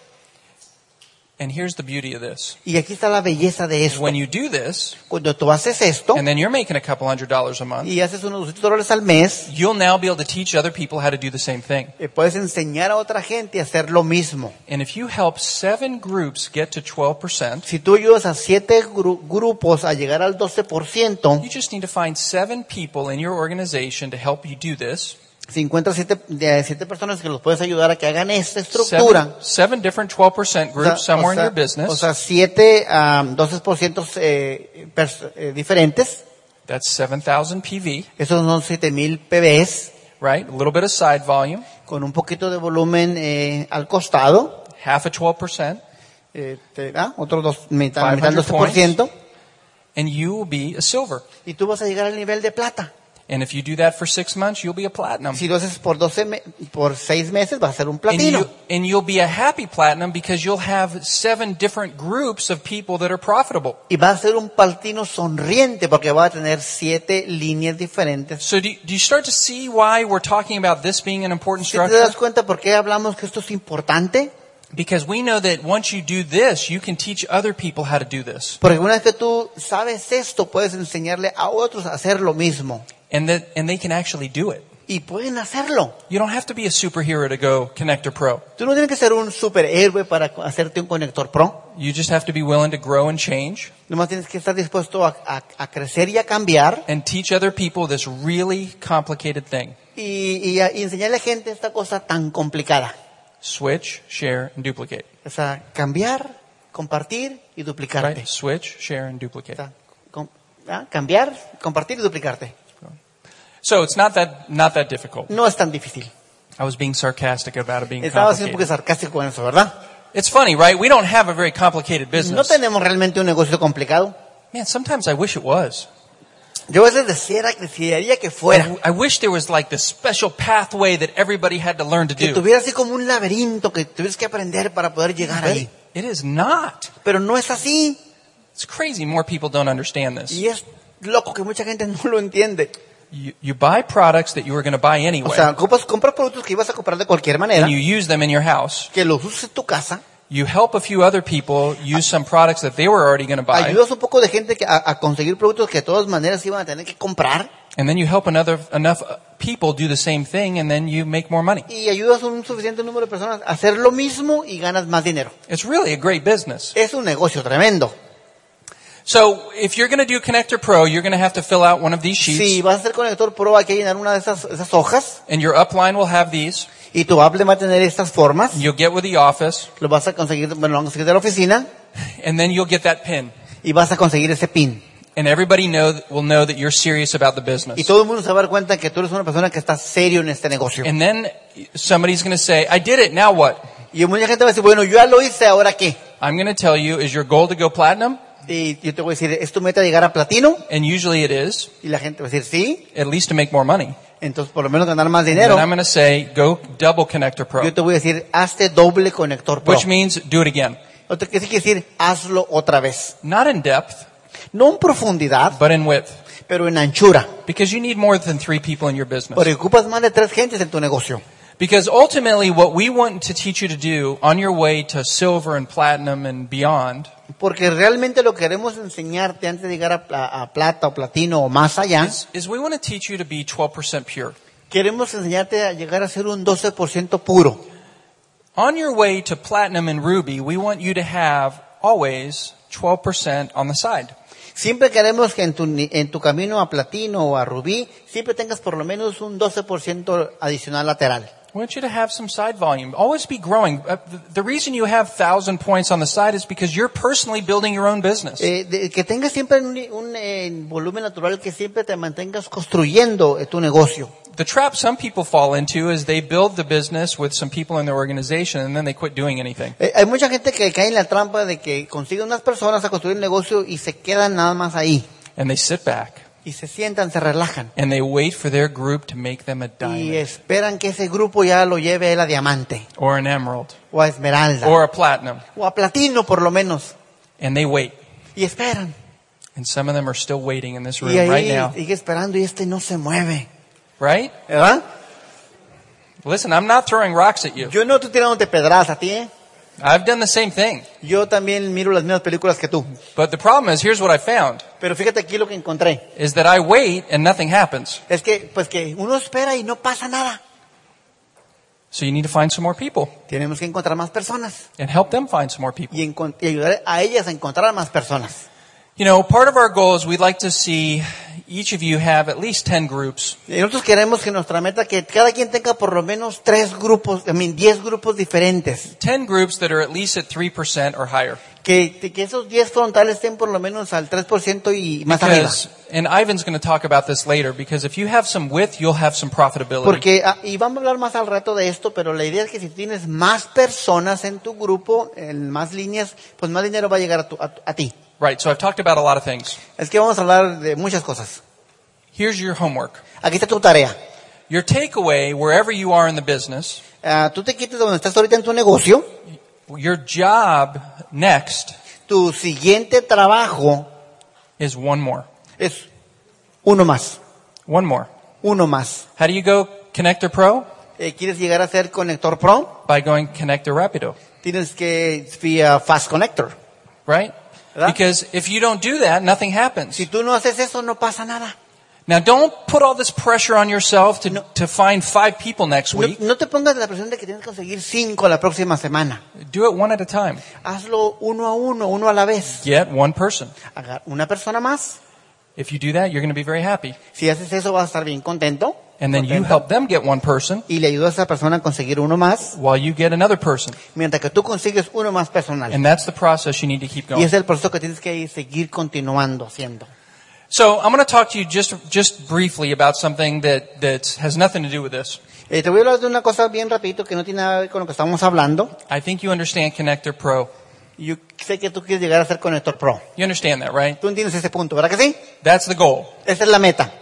Speaker 2: And here's the beauty of this.
Speaker 3: Y aquí está la belleza de
Speaker 2: is
Speaker 3: eso.
Speaker 2: When you do this,
Speaker 3: Cuando tú haces esto
Speaker 2: and then you're making a couple hundred dollars a month,
Speaker 3: y haces unos 200 dólares al mes,
Speaker 2: you'll now be able to teach other people how to do the same thing.
Speaker 3: eh, puedes enseñar a otra gente a hacer lo mismo.
Speaker 2: And if you help seven groups get to 12%,
Speaker 3: Si tú ayudas a siete gru- grupos a llegar al 12%,
Speaker 2: you just need to find seven people in your organization to help you do this.
Speaker 3: si encuentras siete, de siete personas que los puedes ayudar a que hagan
Speaker 2: Seven,
Speaker 3: esta estructura,
Speaker 2: seven different 12%
Speaker 3: o sea,
Speaker 2: groups somewhere
Speaker 3: o sea-
Speaker 2: in your business.
Speaker 3: o sea, siete a 12% eh, pers- eh, diferentes,
Speaker 2: that's 7,000 PV,
Speaker 3: esos son 7000 PBs,
Speaker 2: right? A little bit of side volume,
Speaker 3: con un poquito de volumen eh, al costado,
Speaker 2: half of 12%,
Speaker 3: eh, te da otros dos, mitad,
Speaker 2: 500
Speaker 3: mitad 12%,
Speaker 2: and you will be a silver.
Speaker 3: y tú vas a llegar al nivel de plata.
Speaker 2: And if you do that for six months, you'll be a platinum.
Speaker 3: Si lo haces por 12 me- por 6 meses, vas a ser un
Speaker 2: And,
Speaker 3: platino.
Speaker 2: you, and you'll be a happy platinum because you'll have seven different groups of people that are profitable.
Speaker 3: Y va a ser un platino sonriente porque va a tener siete líneas diferentes.
Speaker 2: So do you, do you start to see why we're talking about this being an important
Speaker 3: ¿Sí ¿Te
Speaker 2: structure?
Speaker 3: das cuenta por qué hablamos que esto es importante?
Speaker 2: Because we know that once you do this, you can teach other people how to do this.
Speaker 3: Porque una vez que tú sabes esto, puedes enseñarle a otros a hacer lo mismo.
Speaker 2: And that, and they can actually do it.
Speaker 3: Y pueden hacerlo.
Speaker 2: You don't have to be a superhero to go Connector Pro.
Speaker 3: Tú no tienes que ser un superhéroe para co- hacerte un conector pro.
Speaker 2: You just have to be willing to grow and change
Speaker 3: Nomás tienes que estar dispuesto a, a- a crecer y a cambiar
Speaker 2: and teach other people this really complicated thing.
Speaker 3: y, y a- y enseñarle a gente esta cosa tan complicada.
Speaker 2: Switch, share, and duplicate.
Speaker 3: O sea, cambiar, compartir y duplicarte.
Speaker 2: Right? Switch, share, and duplicate.
Speaker 3: O sea, com- ah, cambiar, compartir y duplicarte.
Speaker 2: So it's not that, not that difficult.
Speaker 3: No es tan difícil.
Speaker 2: I was being sarcastic about it being
Speaker 3: Estaba siendo un poco
Speaker 2: complicated.
Speaker 3: sarcástico con eso, ¿verdad?
Speaker 2: It's funny, right? We don't have a very complicated
Speaker 3: No
Speaker 2: business.
Speaker 3: tenemos realmente un negocio complicado.
Speaker 2: Man, sometimes I wish it was.
Speaker 3: Yo a veces deseara- desearía que fuera.
Speaker 2: I, I wish there was like this special pathway that everybody had to learn to
Speaker 3: Que
Speaker 2: do.
Speaker 3: tuviera así como un laberinto que tuvieras que aprender para poder llegar
Speaker 2: But
Speaker 3: ahí.
Speaker 2: it is not.
Speaker 3: Pero no es así.
Speaker 2: It's crazy. More people don't understand this.
Speaker 3: Y es loco que mucha gente no lo entiende.
Speaker 2: You, you buy products that you were going to buy
Speaker 3: O
Speaker 2: anyway,
Speaker 3: sea, ocupas- compras productos que ibas a comprar de cualquier manera.
Speaker 2: and you use them in your house.
Speaker 3: Que los uses en tu casa.
Speaker 2: You help a few other people use some products that they were already going to buy,
Speaker 3: Ayudas un poco de gente que- a, a conseguir productos que de todas maneras iban a tener que comprar.
Speaker 2: and then you help another enough uh, people do the same thing, and then you make more money.
Speaker 3: y ayudas a un suficiente número de personas a hacer lo mismo y ganas más dinero.
Speaker 2: It's really a great business.
Speaker 3: Es un negocio tremendo.
Speaker 2: So if you're going to do Connector Pro, you're going to have to fill out one of these
Speaker 3: Si
Speaker 2: sheets,
Speaker 3: vas a ser conector pro, hay que llenar una de esas, esas hojas
Speaker 2: and your upline will have these.
Speaker 3: y tu Apple va a tener estas formas.
Speaker 2: You'll get with the office,
Speaker 3: Lo vas a conseguir, bueno, lo vas a conseguir de la oficina
Speaker 2: and then you'll get that pin.
Speaker 3: y vas a conseguir ese pin.
Speaker 2: and everybody know will know that you're serious about the
Speaker 3: Y
Speaker 2: business.
Speaker 3: todo el mundo se va a dar cuenta que tú eres una persona que está serio en este negocio.
Speaker 2: And then somebody's going to say, "I did it. Now what?"
Speaker 3: Y mucha gente va a decir, bueno, yo ya lo hice, ¿ahora qué?
Speaker 2: I'm going to tell you, is your goal to go platinum?
Speaker 3: Y yo te voy a decir, ¿es tu meta llegar a platino?
Speaker 2: And usually it is,
Speaker 3: Y la gente va a decir, sí,
Speaker 2: at least to make more money.
Speaker 3: entonces por lo menos ganar más
Speaker 2: And
Speaker 3: dinero.
Speaker 2: then I'm going to say, go double connector pro,
Speaker 3: Yo te voy a decir, hazte doble conector pro.
Speaker 2: which means do it again,
Speaker 3: O te- que sí quiere decir, hazlo otra vez.
Speaker 2: not in depth,
Speaker 3: No en profundidad,
Speaker 2: but in width,
Speaker 3: pero en anchura.
Speaker 2: because you need more than three people in your business.
Speaker 3: Porque ocupas más de tres gentes en tu negocio.
Speaker 2: Because ultimately, what we want to teach you to do on your way to silver and platinum and beyond
Speaker 3: Porque realmente lo queremos enseñarte antes de llegar a, pla- a plata o platino o más allá.
Speaker 2: is, is we want to teach you to be 12% pure.
Speaker 3: Queremos enseñarte a llegar a ser un 12% puro.
Speaker 2: On your way to platinum and ruby, we want you to have always 12% on the side.
Speaker 3: Siempre queremos que en tu, ni- en tu camino a platino o a rubí, siempre tengas por lo menos un 12% adicional lateral.
Speaker 2: We want you to have some side volume. Always be growing. Uh, The the reason you have 1,000 points on the side is because you're personally building your own business.
Speaker 3: Eh, de- que tengas siempre un, un, eh, volumen natural que siempre te mantengas construyendo eh, tu negocio.
Speaker 2: The trap some people fall into is they build the business with some people in their organization and then they quit doing anything.
Speaker 3: Eh, hay mucha gente que cae en la trampa de que consigue unas personas a construir un negocio y se quedan nada más ahí.
Speaker 2: And they sit back
Speaker 3: Y se sientan, se relajan.
Speaker 2: and they wait for their group to make them a
Speaker 3: Y
Speaker 2: diamond
Speaker 3: esperan que ese grupo ya lo lleve a él a diamante,
Speaker 2: or an emerald
Speaker 3: o a esmeralda,
Speaker 2: or a platinum.
Speaker 3: o a platino por lo menos.
Speaker 2: And they wait.
Speaker 3: Y esperan.
Speaker 2: And some of them are still waiting in this
Speaker 3: Y
Speaker 2: room right
Speaker 3: ahí
Speaker 2: now.
Speaker 3: sigue esperando y este no se mueve.
Speaker 2: Right?
Speaker 3: ¿Verdad?
Speaker 2: Listen, I'm not throwing rocks at you.
Speaker 3: Yo no estoy tirándote pedras a ti, ¿eh?
Speaker 2: I've done the same thing.
Speaker 3: Yo también miro las mismas películas que tú.
Speaker 2: But the problem is, here's what I found,
Speaker 3: Pero fíjate aquí lo que encontré.
Speaker 2: is that I wait and nothing happens.
Speaker 3: Es que, pues que uno espera y no pasa nada.
Speaker 2: So you need to find some more people
Speaker 3: Tenemos que encontrar más personas
Speaker 2: and help them find some more people.
Speaker 3: y, encon- y ayudar a ellas a encontrar más personas.
Speaker 2: You know, part of our goal is we'd like to see each of you have at least 10 groups.
Speaker 3: Y nosotros queremos que nuestra meta, que cada quien tenga por lo menos tres grupos, I mean, diez grupos diferentes.
Speaker 2: 10 groups that are at least at 3% or higher.
Speaker 3: Que, que esos diez frontales estén por lo menos al 3% y más arriba.
Speaker 2: Because, and Ivan's going to talk about this later, because if you have some width, you'll have some profitability.
Speaker 3: Porque, ah, y vamos a hablar más al rato de esto, pero la idea es que si tienes más personas en tu grupo, en más líneas, pues más dinero va a llegar a, tu- a- a ti.
Speaker 2: Right, so I've talked about a lot of things.
Speaker 3: Es que vamos a hablar de muchas cosas.
Speaker 2: Here's your homework.
Speaker 3: Aquí está tu tarea.
Speaker 2: Your takeaway, wherever you are in the business,
Speaker 3: Ah, tú te quites donde estás ahorita en tu negocio.
Speaker 2: your job next
Speaker 3: Tu siguiente trabajo
Speaker 2: is one more.
Speaker 3: es uno más.
Speaker 2: One more.
Speaker 3: Uno más.
Speaker 2: How do you go Connector Pro?
Speaker 3: Eh, ¿Quieres llegar a ser Conector Pro?
Speaker 2: By going Connector Rapido,
Speaker 3: Tienes que vía Fast Connector.
Speaker 2: right?
Speaker 3: ¿Verdad?
Speaker 2: Because if you don't do that, nothing happens.
Speaker 3: Si tú no haces eso, no pasa nada.
Speaker 2: Now don't put all this pressure on yourself to, to find five people next
Speaker 3: No,
Speaker 2: week.
Speaker 3: no te pongas la presión de que tienes que conseguir cinco la próxima semana.
Speaker 2: Do it one at a time.
Speaker 3: Hazlo uno a uno, uno a la vez.
Speaker 2: Get one person.
Speaker 3: Agar- una persona más.
Speaker 2: If you do that, you're going to be very happy.
Speaker 3: Si haces eso vas a estar bien contento.
Speaker 2: And then you
Speaker 3: contenta.
Speaker 2: help them get one person
Speaker 3: Y le ayudas a esa persona a conseguir uno más,
Speaker 2: while you get another person.
Speaker 3: mientras que tú consigues uno más personal.
Speaker 2: And that's the process you need to keep
Speaker 3: y
Speaker 2: going.
Speaker 3: es el proceso que tienes que seguir continuando haciendo.
Speaker 2: So I'm going to talk to you just, just briefly about something that, that has nothing to do with this.
Speaker 3: Eh, te voy a hablar de una cosa bien rapidito que no tiene nada que ver con lo que estamos hablando.
Speaker 2: I think you understand Connector Pro.
Speaker 3: Yo sé que tú quieres llegar a ser conector pro.
Speaker 2: You understand that, right?
Speaker 3: Tú entiendes ese punto, ¿verdad que sí?
Speaker 2: That's the goal.
Speaker 3: Esa es la meta.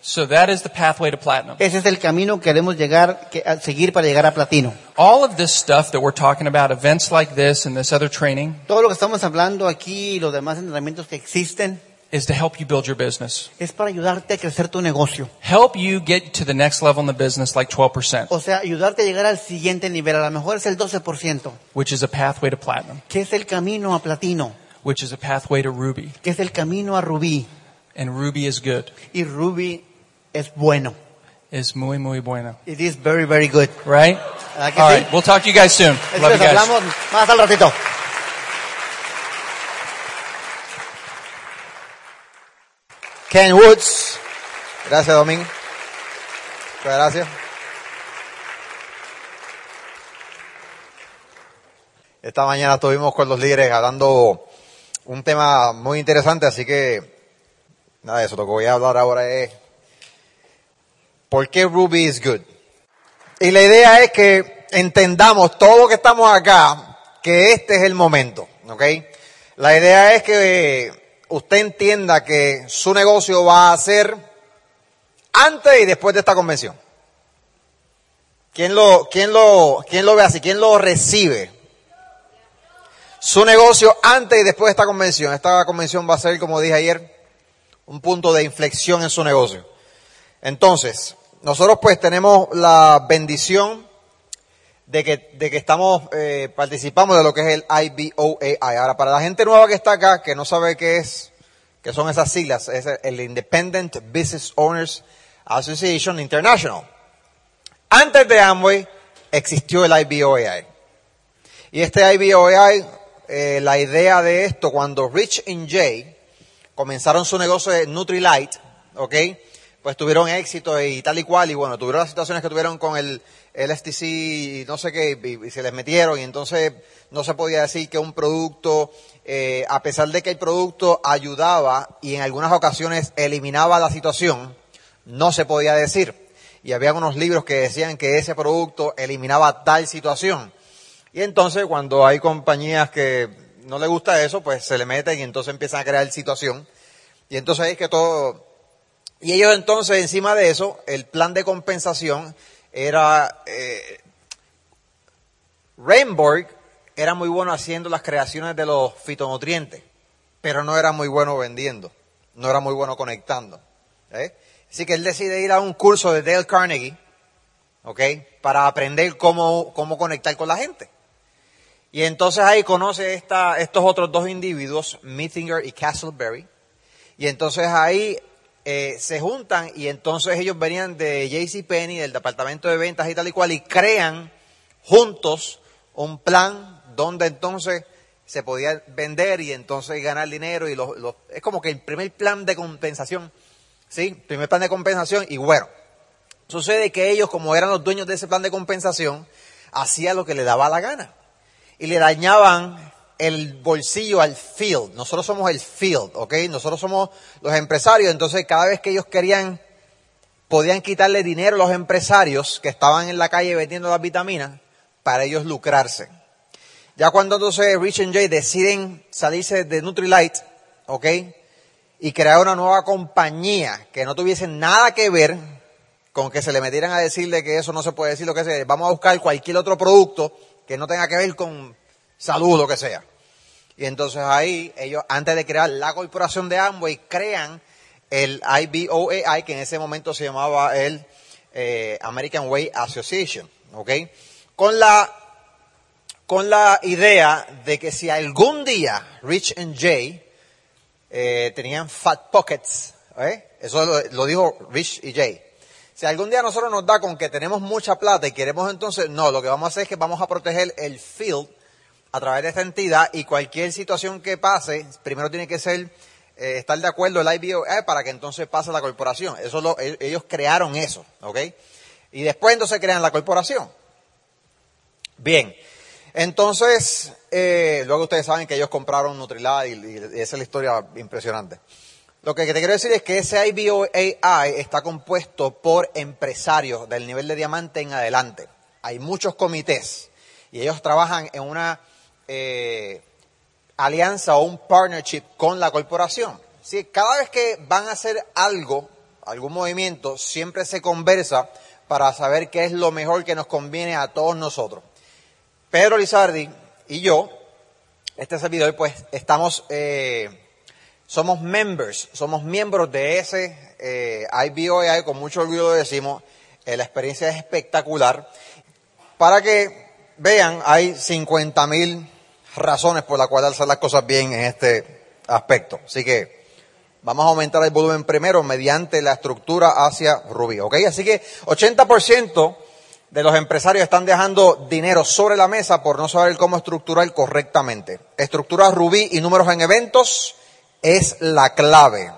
Speaker 2: So that is the pathway to platinum.
Speaker 3: Ese es el camino que queremos llegar, que, a seguir para llegar a platino.
Speaker 2: All of this stuff that we're talking about, events like this and this other training,
Speaker 3: Todo lo que estamos hablando aquí y los demás entrenamientos que existen
Speaker 2: is to help you build your business.
Speaker 3: es para ayudarte a crecer tu negocio.
Speaker 2: Help you get to the next level in the business like 12%,
Speaker 3: O sea, ayudarte a llegar al siguiente nivel. A lo mejor es el 12%,
Speaker 2: which is a pathway to platinum,
Speaker 3: que es el camino a platino,
Speaker 2: which is a pathway to ruby.
Speaker 3: que es el camino a rubí.
Speaker 2: And ruby is good.
Speaker 3: Y rubí es bueno.
Speaker 2: Es muy, muy bueno.
Speaker 3: It is very, very good.
Speaker 2: Right? All
Speaker 3: ¿Verdad que sí?
Speaker 2: right. We'll talk to you guys soon.
Speaker 3: Eso
Speaker 2: Love you
Speaker 3: les
Speaker 2: guys.
Speaker 3: hablamos más al ratito.
Speaker 6: Ken Woods. Gracias, Domín. Muchas gracias. Esta mañana estuvimos con los líderes hablando un tema muy interesante, así que nada de eso. Lo que voy a hablar ahora es ¿por qué Ruby is good? Y la idea es que entendamos todos los que estamos acá que este es el momento, ¿ok? La idea es que usted entienda que su negocio va a ser antes y después de esta convención. ¿Quién lo, quién lo, quién lo ve así? ¿Quién lo recibe? Su negocio antes y después de esta convención. Esta convención va a ser, como dije ayer, un punto de inflexión en su negocio. Entonces, nosotros pues tenemos la bendición de que, de que estamos, eh, participamos de lo que es el IBOAI. Ahora, para la gente nueva que está acá, que no sabe qué es, que son esas siglas, es el Independent Business Owners Association International. Antes de Amway existió el IBOAI. Y este IBOAI, eh, la idea de esto, cuando Rich y Jay comenzaron su negocio de Nutrilite, ¿ok? Pues tuvieron éxito y tal y cual, y bueno, tuvieron las situaciones que tuvieron con el LSTC y no sé qué, y, y se les metieron, y entonces no se podía decir que un producto, eh, a pesar de que el producto ayudaba y en algunas ocasiones eliminaba la situación, no se podía decir. Y había unos libros que decían que ese producto eliminaba tal situación. Y entonces cuando hay compañías que no le gusta eso, pues se le meten y entonces empiezan a crear situación. Y entonces es que todo... Y ellos entonces, encima de eso, el plan de compensación era... Eh... Rainborg era muy bueno haciendo las creaciones de los fitonutrientes, pero no era muy bueno vendiendo, no era muy bueno conectando. ¿eh? Así que él decide ir a un curso de Dale Carnegie, ¿ok? Para aprender cómo, cómo conectar con la gente. Y entonces ahí conoce esta, estos otros dos individuos, Mithinger y Castleberry. Y entonces ahí eh, se juntan y entonces ellos venían de JCPenney, del departamento de ventas y tal y cual, y crean juntos un plan donde entonces se podía vender y entonces ganar dinero. y los, los- Es como que el primer plan de compensación, ¿sí? Primer plan de compensación y bueno. Sucede que ellos, como eran los dueños de ese plan de compensación, hacían lo que le daba la gana y le dañaban el bolsillo al field. Nosotros somos el field, ¿ok? Nosotros somos los empresarios, entonces cada vez que ellos querían, podían quitarle dinero a los empresarios que estaban en la calle vendiendo las vitaminas para ellos lucrarse. Ya cuando entonces Rich and Jay deciden salirse de Nutrilite, ¿ok? Y crear una nueva compañía que no tuviese nada que ver con que se le metieran a decirle que eso no se puede decir, lo que sea. Vamos a buscar cualquier otro producto que no tenga que ver con salud, lo que sea. Y entonces ahí ellos, antes de crear la corporación de Amway, crean el IBOAI, que en ese momento se llamaba el eh, American Way Association, ¿ok? Con la con la idea de que si algún día Rich and Jay eh, tenían fat pockets, ¿eh? eso lo, lo dijo Rich y Jay. Si algún día nosotros nos da con que tenemos mucha plata y queremos entonces, no, lo que vamos a hacer es que vamos a proteger el field a través de esta entidad y cualquier situación que pase, primero tiene que ser eh, estar de acuerdo el IBOE eh, para que entonces pase a la corporación. Eso lo- e- ellos crearon eso, ¿ok? Y después entonces crean la corporación. Bien. Entonces, eh, luego ustedes saben que ellos compraron Nutrilite y, y esa es la historia impresionante. Lo que te quiero decir es que ese IBOAI está compuesto por empresarios del nivel de diamante en adelante. Hay muchos comités y ellos trabajan en una eh, alianza o un partnership con la corporación. Sí, cada vez que van a hacer algo, algún movimiento, siempre se conversa para saber qué es lo mejor que nos conviene a todos nosotros. Pedro Lizardi y yo, este servidor, pues estamos, eh, somos members, somos miembros de ese eh, IBOI, con mucho orgullo lo decimos, eh, la experiencia es espectacular. Para que vean, hay 50 mil razones por las cuales hacer las cosas bien en este aspecto. Así que vamos a aumentar el volumen primero mediante la estructura hacia Rubí. ¿ok? Así que 80% de los empresarios están dejando dinero sobre la mesa por no saber cómo estructurar correctamente. Estructura Rubí y números en eventos es la clave.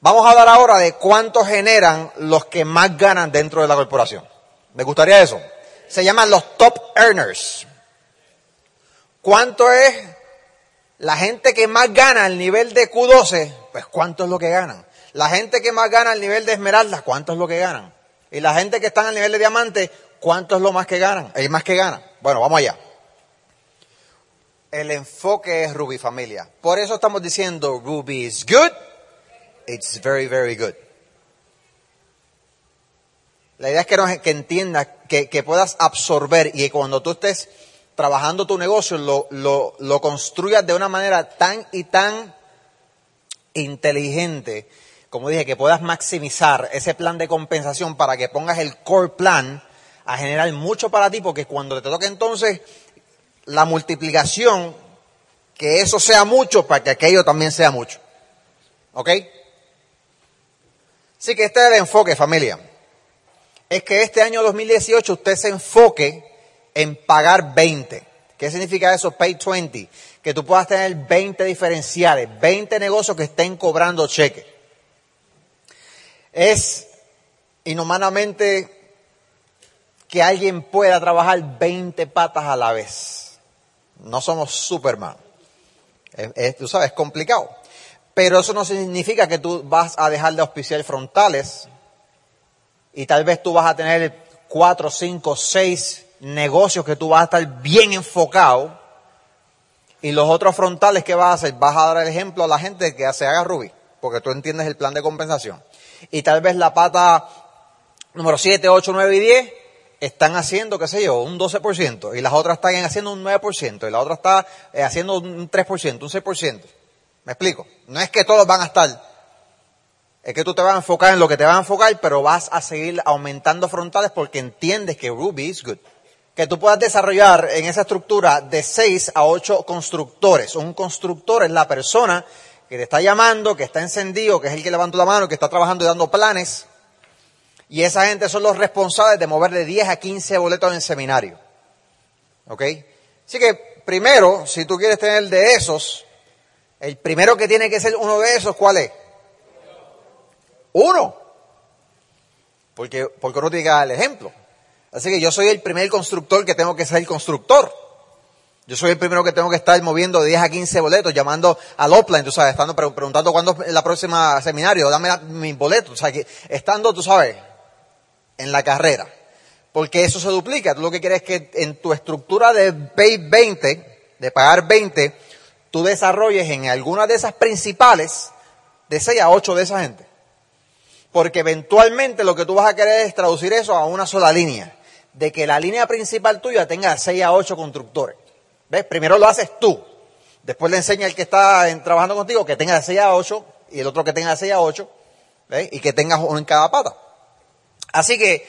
Speaker 6: Vamos a hablar ahora de cuánto generan los que más ganan dentro de la corporación. Me gustaría eso. Se llaman los top earners. ¿Cuánto es la gente que más gana al nivel de Q12? Pues cuánto es lo que ganan. La gente que más gana al nivel de Esmeralda, ¿cuánto es lo que ganan? Y la gente que está al nivel de Diamante, ¿cuánto es lo más que ganan? El más que gana. Bueno, vamos allá. El enfoque es Ruby familia. Por eso estamos diciendo Ruby is good. It's very, very good. La idea es que, nos- que entiendas, que, que puedas absorber y que cuando tú estés trabajando tu negocio, lo, lo, lo construyas de una manera tan y tan inteligente, como dije, que puedas maximizar ese plan de compensación para que pongas el core plan a generar mucho para ti, porque cuando te toque entonces la multiplicación, que eso sea mucho para que aquello también sea mucho. ¿Ok? Así que este es el enfoque, familia. Es que este año 2018 usted se enfoque en pagar 20. ¿Qué significa eso? Pay 20. Que tú puedas tener 20 diferenciales, 20 negocios que estén cobrando cheques. Es inhumanamente que alguien pueda trabajar 20 patas a la vez. No somos Superman. Es- es- tú sabes, es complicado. Pero eso no significa que tú vas a dejar de auspiciar frontales y tal vez tú vas a tener cuatro, cinco, seis negocios que tú vas a estar bien enfocado y los otros frontales que vas a hacer, vas a dar el ejemplo a la gente que se haga Ruby, porque tú entiendes el plan de compensación. Y tal vez la pata número 7, 8, 9 y 10 están haciendo, qué sé yo, un 12%, y las otras están haciendo un 9%, y la otra está eh, haciendo un 3%, un 6%. ¿Me explico? No es que todos van a estar, es que tú te vas a enfocar en lo que te vas a enfocar, pero vas a seguir aumentando frontales porque entiendes que Ruby is good. Que tú puedas desarrollar en esa estructura de 6 a 8 constructores. Un constructor es la persona que te está llamando, que está encendido, que es el que levantó la mano, que está trabajando y dando planes. Y esa gente son los responsables de mover de 10 a 15 boletos en seminario. ¿Ok? Así que, primero, si tú quieres tener de esos, el primero que tiene que ser uno de esos, ¿cuál es? Uno. Porque, porque uno tiene que dar el ejemplo. Así que yo soy el primer constructor que tengo que ser el constructor. Yo soy el primero que tengo que estar moviendo de 10 a 15 boletos, llamando al offline, tú sabes, estando pre- preguntando cuándo es la próxima seminario, dame la- mis boletos, o sea, que estando, tú sabes, en la carrera. Porque eso se duplica. Tú lo que quieres es que en tu estructura de pay 20, de pagar 20, tú desarrolles en alguna de esas principales de 6 a 8 de esa gente. Porque eventualmente lo que tú vas a querer es traducir eso a una sola línea. De que la línea principal tuya tenga 6 a 8 constructores. ¿Ves? Primero lo haces tú. Después le enseña al que está en- trabajando contigo que tenga de 6 a 8 y el otro que tenga de 6 a 8. ¿Ves? Y que tengas uno en cada pata. Así que,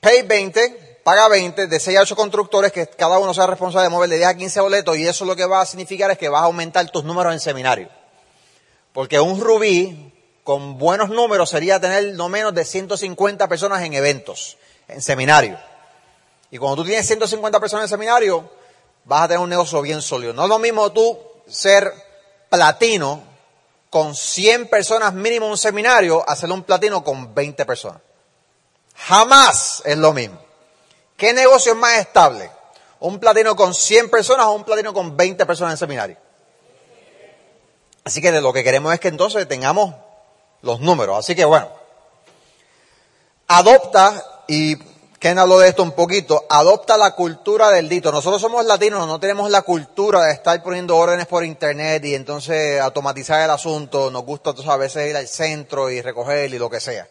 Speaker 6: pay 20, paga 20, de 6 a 8 constructores que cada uno sea responsable de mover de 10 a 15 boletos y eso lo que va a significar es que vas a aumentar tus números en seminario. Porque un rubí con buenos números sería tener no menos de 150 personas en eventos, en seminario. Y cuando tú tienes 150 personas en seminario, vas a tener un negocio bien sólido. No es lo mismo tú ser platino con 100 personas mínimo en un seminario, hacer un platino con 20 personas. Jamás es lo mismo. ¿Qué negocio es más estable? ¿Un platino con 100 personas o un platino con 20 personas en seminario? Así que de lo que queremos es que entonces tengamos los números. Así que bueno, adopta, y Ken habló de esto un poquito, adopta la cultura del dito. Nosotros somos latinos, no tenemos la cultura de estar poniendo órdenes por internet y entonces automatizar el asunto. Nos gusta entonces, a veces ir al centro y recoger y lo que sea.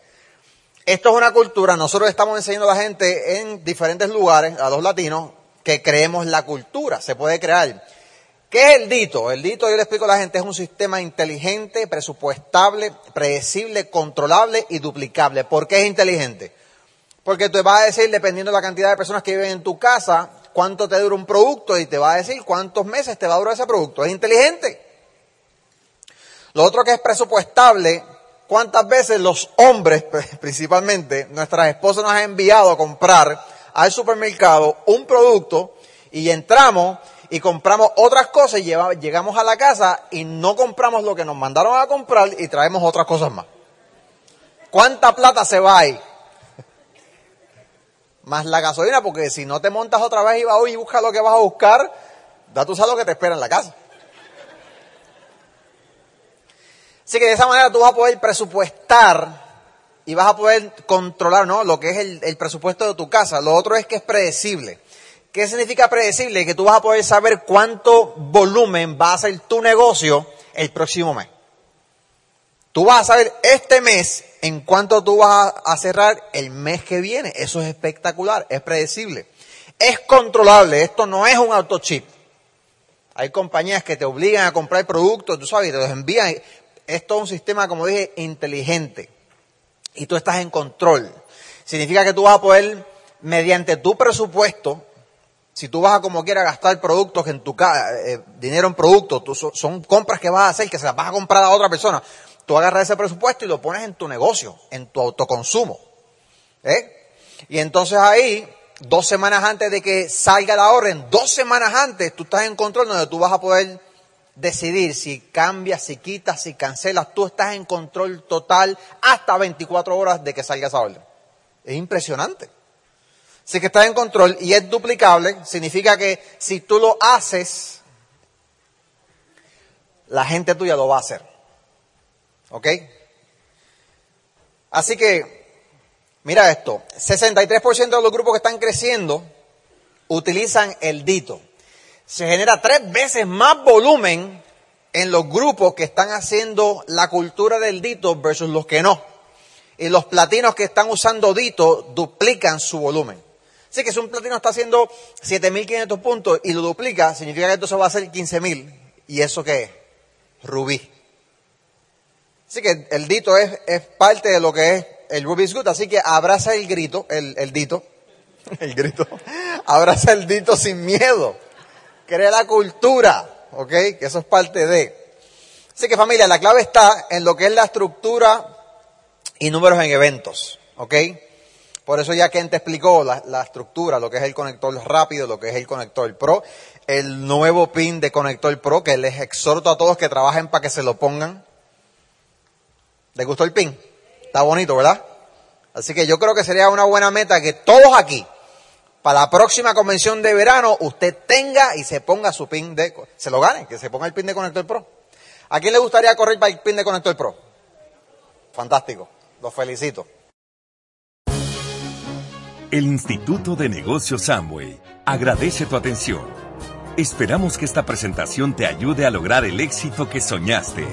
Speaker 6: Esto es una cultura, nosotros estamos enseñando a la gente en diferentes lugares, a los latinos, que creemos la cultura, se puede crear. ¿Qué es el DITO? El DITO, yo le explico a la gente, es un sistema inteligente, presupuestable, predecible, controlable y duplicable. ¿Por qué es inteligente? Porque te va a decir, dependiendo de la cantidad de personas que viven en tu casa, cuánto te dura un producto y te va a decir cuántos meses te va a durar ese producto. Es inteligente. Lo otro que es presupuestable, cuántas veces los hombres, principalmente, nuestras esposas nos han enviado a comprar al supermercado un producto y entramos y compramos otras cosas y lleva- llegamos a la casa y no compramos lo que nos mandaron a comprar y traemos otras cosas más. ¿Cuánta plata se va ahí? Más la gasolina, porque si no te montas otra vez y vas hoy y buscas lo que vas a buscar, da tú sabes lo que te espera en la casa. Así que de esa manera tú vas a poder presupuestar y vas a poder controlar ¿no? lo que es el, el presupuesto de tu casa. Lo otro es que es predecible. ¿Qué significa predecible? Que tú vas a poder saber cuánto volumen va a ser tu negocio el próximo mes. Tú vas a saber este mes en cuánto tú vas a, a cerrar el mes que viene. Eso es espectacular, es predecible. Es controlable, esto no es un autochip. Hay compañías que te obligan a comprar productos, tú sabes, y te los envían. Es todo un sistema, como dije, inteligente. Y tú estás en control. Significa que tú vas a poder mediante tu presupuesto, si tú vas a como quiera gastar productos en tu casa, dinero en productos, tú so- son compras que vas a hacer, que se las vas a comprar a otra persona, tú agarras ese presupuesto y lo pones en tu negocio, en tu autoconsumo. ¿eh? Y entonces ahí, dos semanas antes de que salga la orden, dos semanas antes, tú estás en control donde tú vas a poder decidir si cambias, si quitas, si cancelas. Tú estás en control total hasta 24 horas de que salga esa orden. Es impresionante. Así que estás en control y es duplicable. Significa que si tú lo haces, la gente tuya lo va a hacer. ¿Ok? Así que Mira esto, 63% de los grupos que están creciendo utilizan el dito. Se genera tres veces más volumen en los grupos que están haciendo la cultura del dito versus los que no. Y los platinos que están usando dito duplican su volumen. Así que si un platino está haciendo 7.500 puntos y lo duplica, significa que esto se va a hacer 15.000. ¿Y eso qué es? Rubí. Así que el dito es, es parte de lo que es el Ruby's Good. Así que abraza el grito, el, el dito. El grito. Abraza el dito sin miedo. Crea la cultura. ¿Ok? Que eso es parte de. Así que familia, la clave está en lo que es la estructura y números en eventos. ¿Ok? Por eso ya Ken te explicó la, la estructura, lo que es el conector rápido, lo que es el conector pro, el nuevo pin de conector pro, que les exhorto a todos que trabajen para que se lo pongan. ¿Les gustó el pin? Está bonito, ¿verdad? Así que yo creo que sería una buena meta que todos aquí, para la próxima convención de verano, usted tenga y se ponga su pin de... Se lo gane, que se ponga el pin de Conector Pro. ¿A quién le gustaría correr para el pin de Conector Pro? Fantástico. Los felicito.
Speaker 1: El Instituto de Negocios Samway agradece tu atención. Esperamos que esta presentación te ayude a lograr el éxito que soñaste.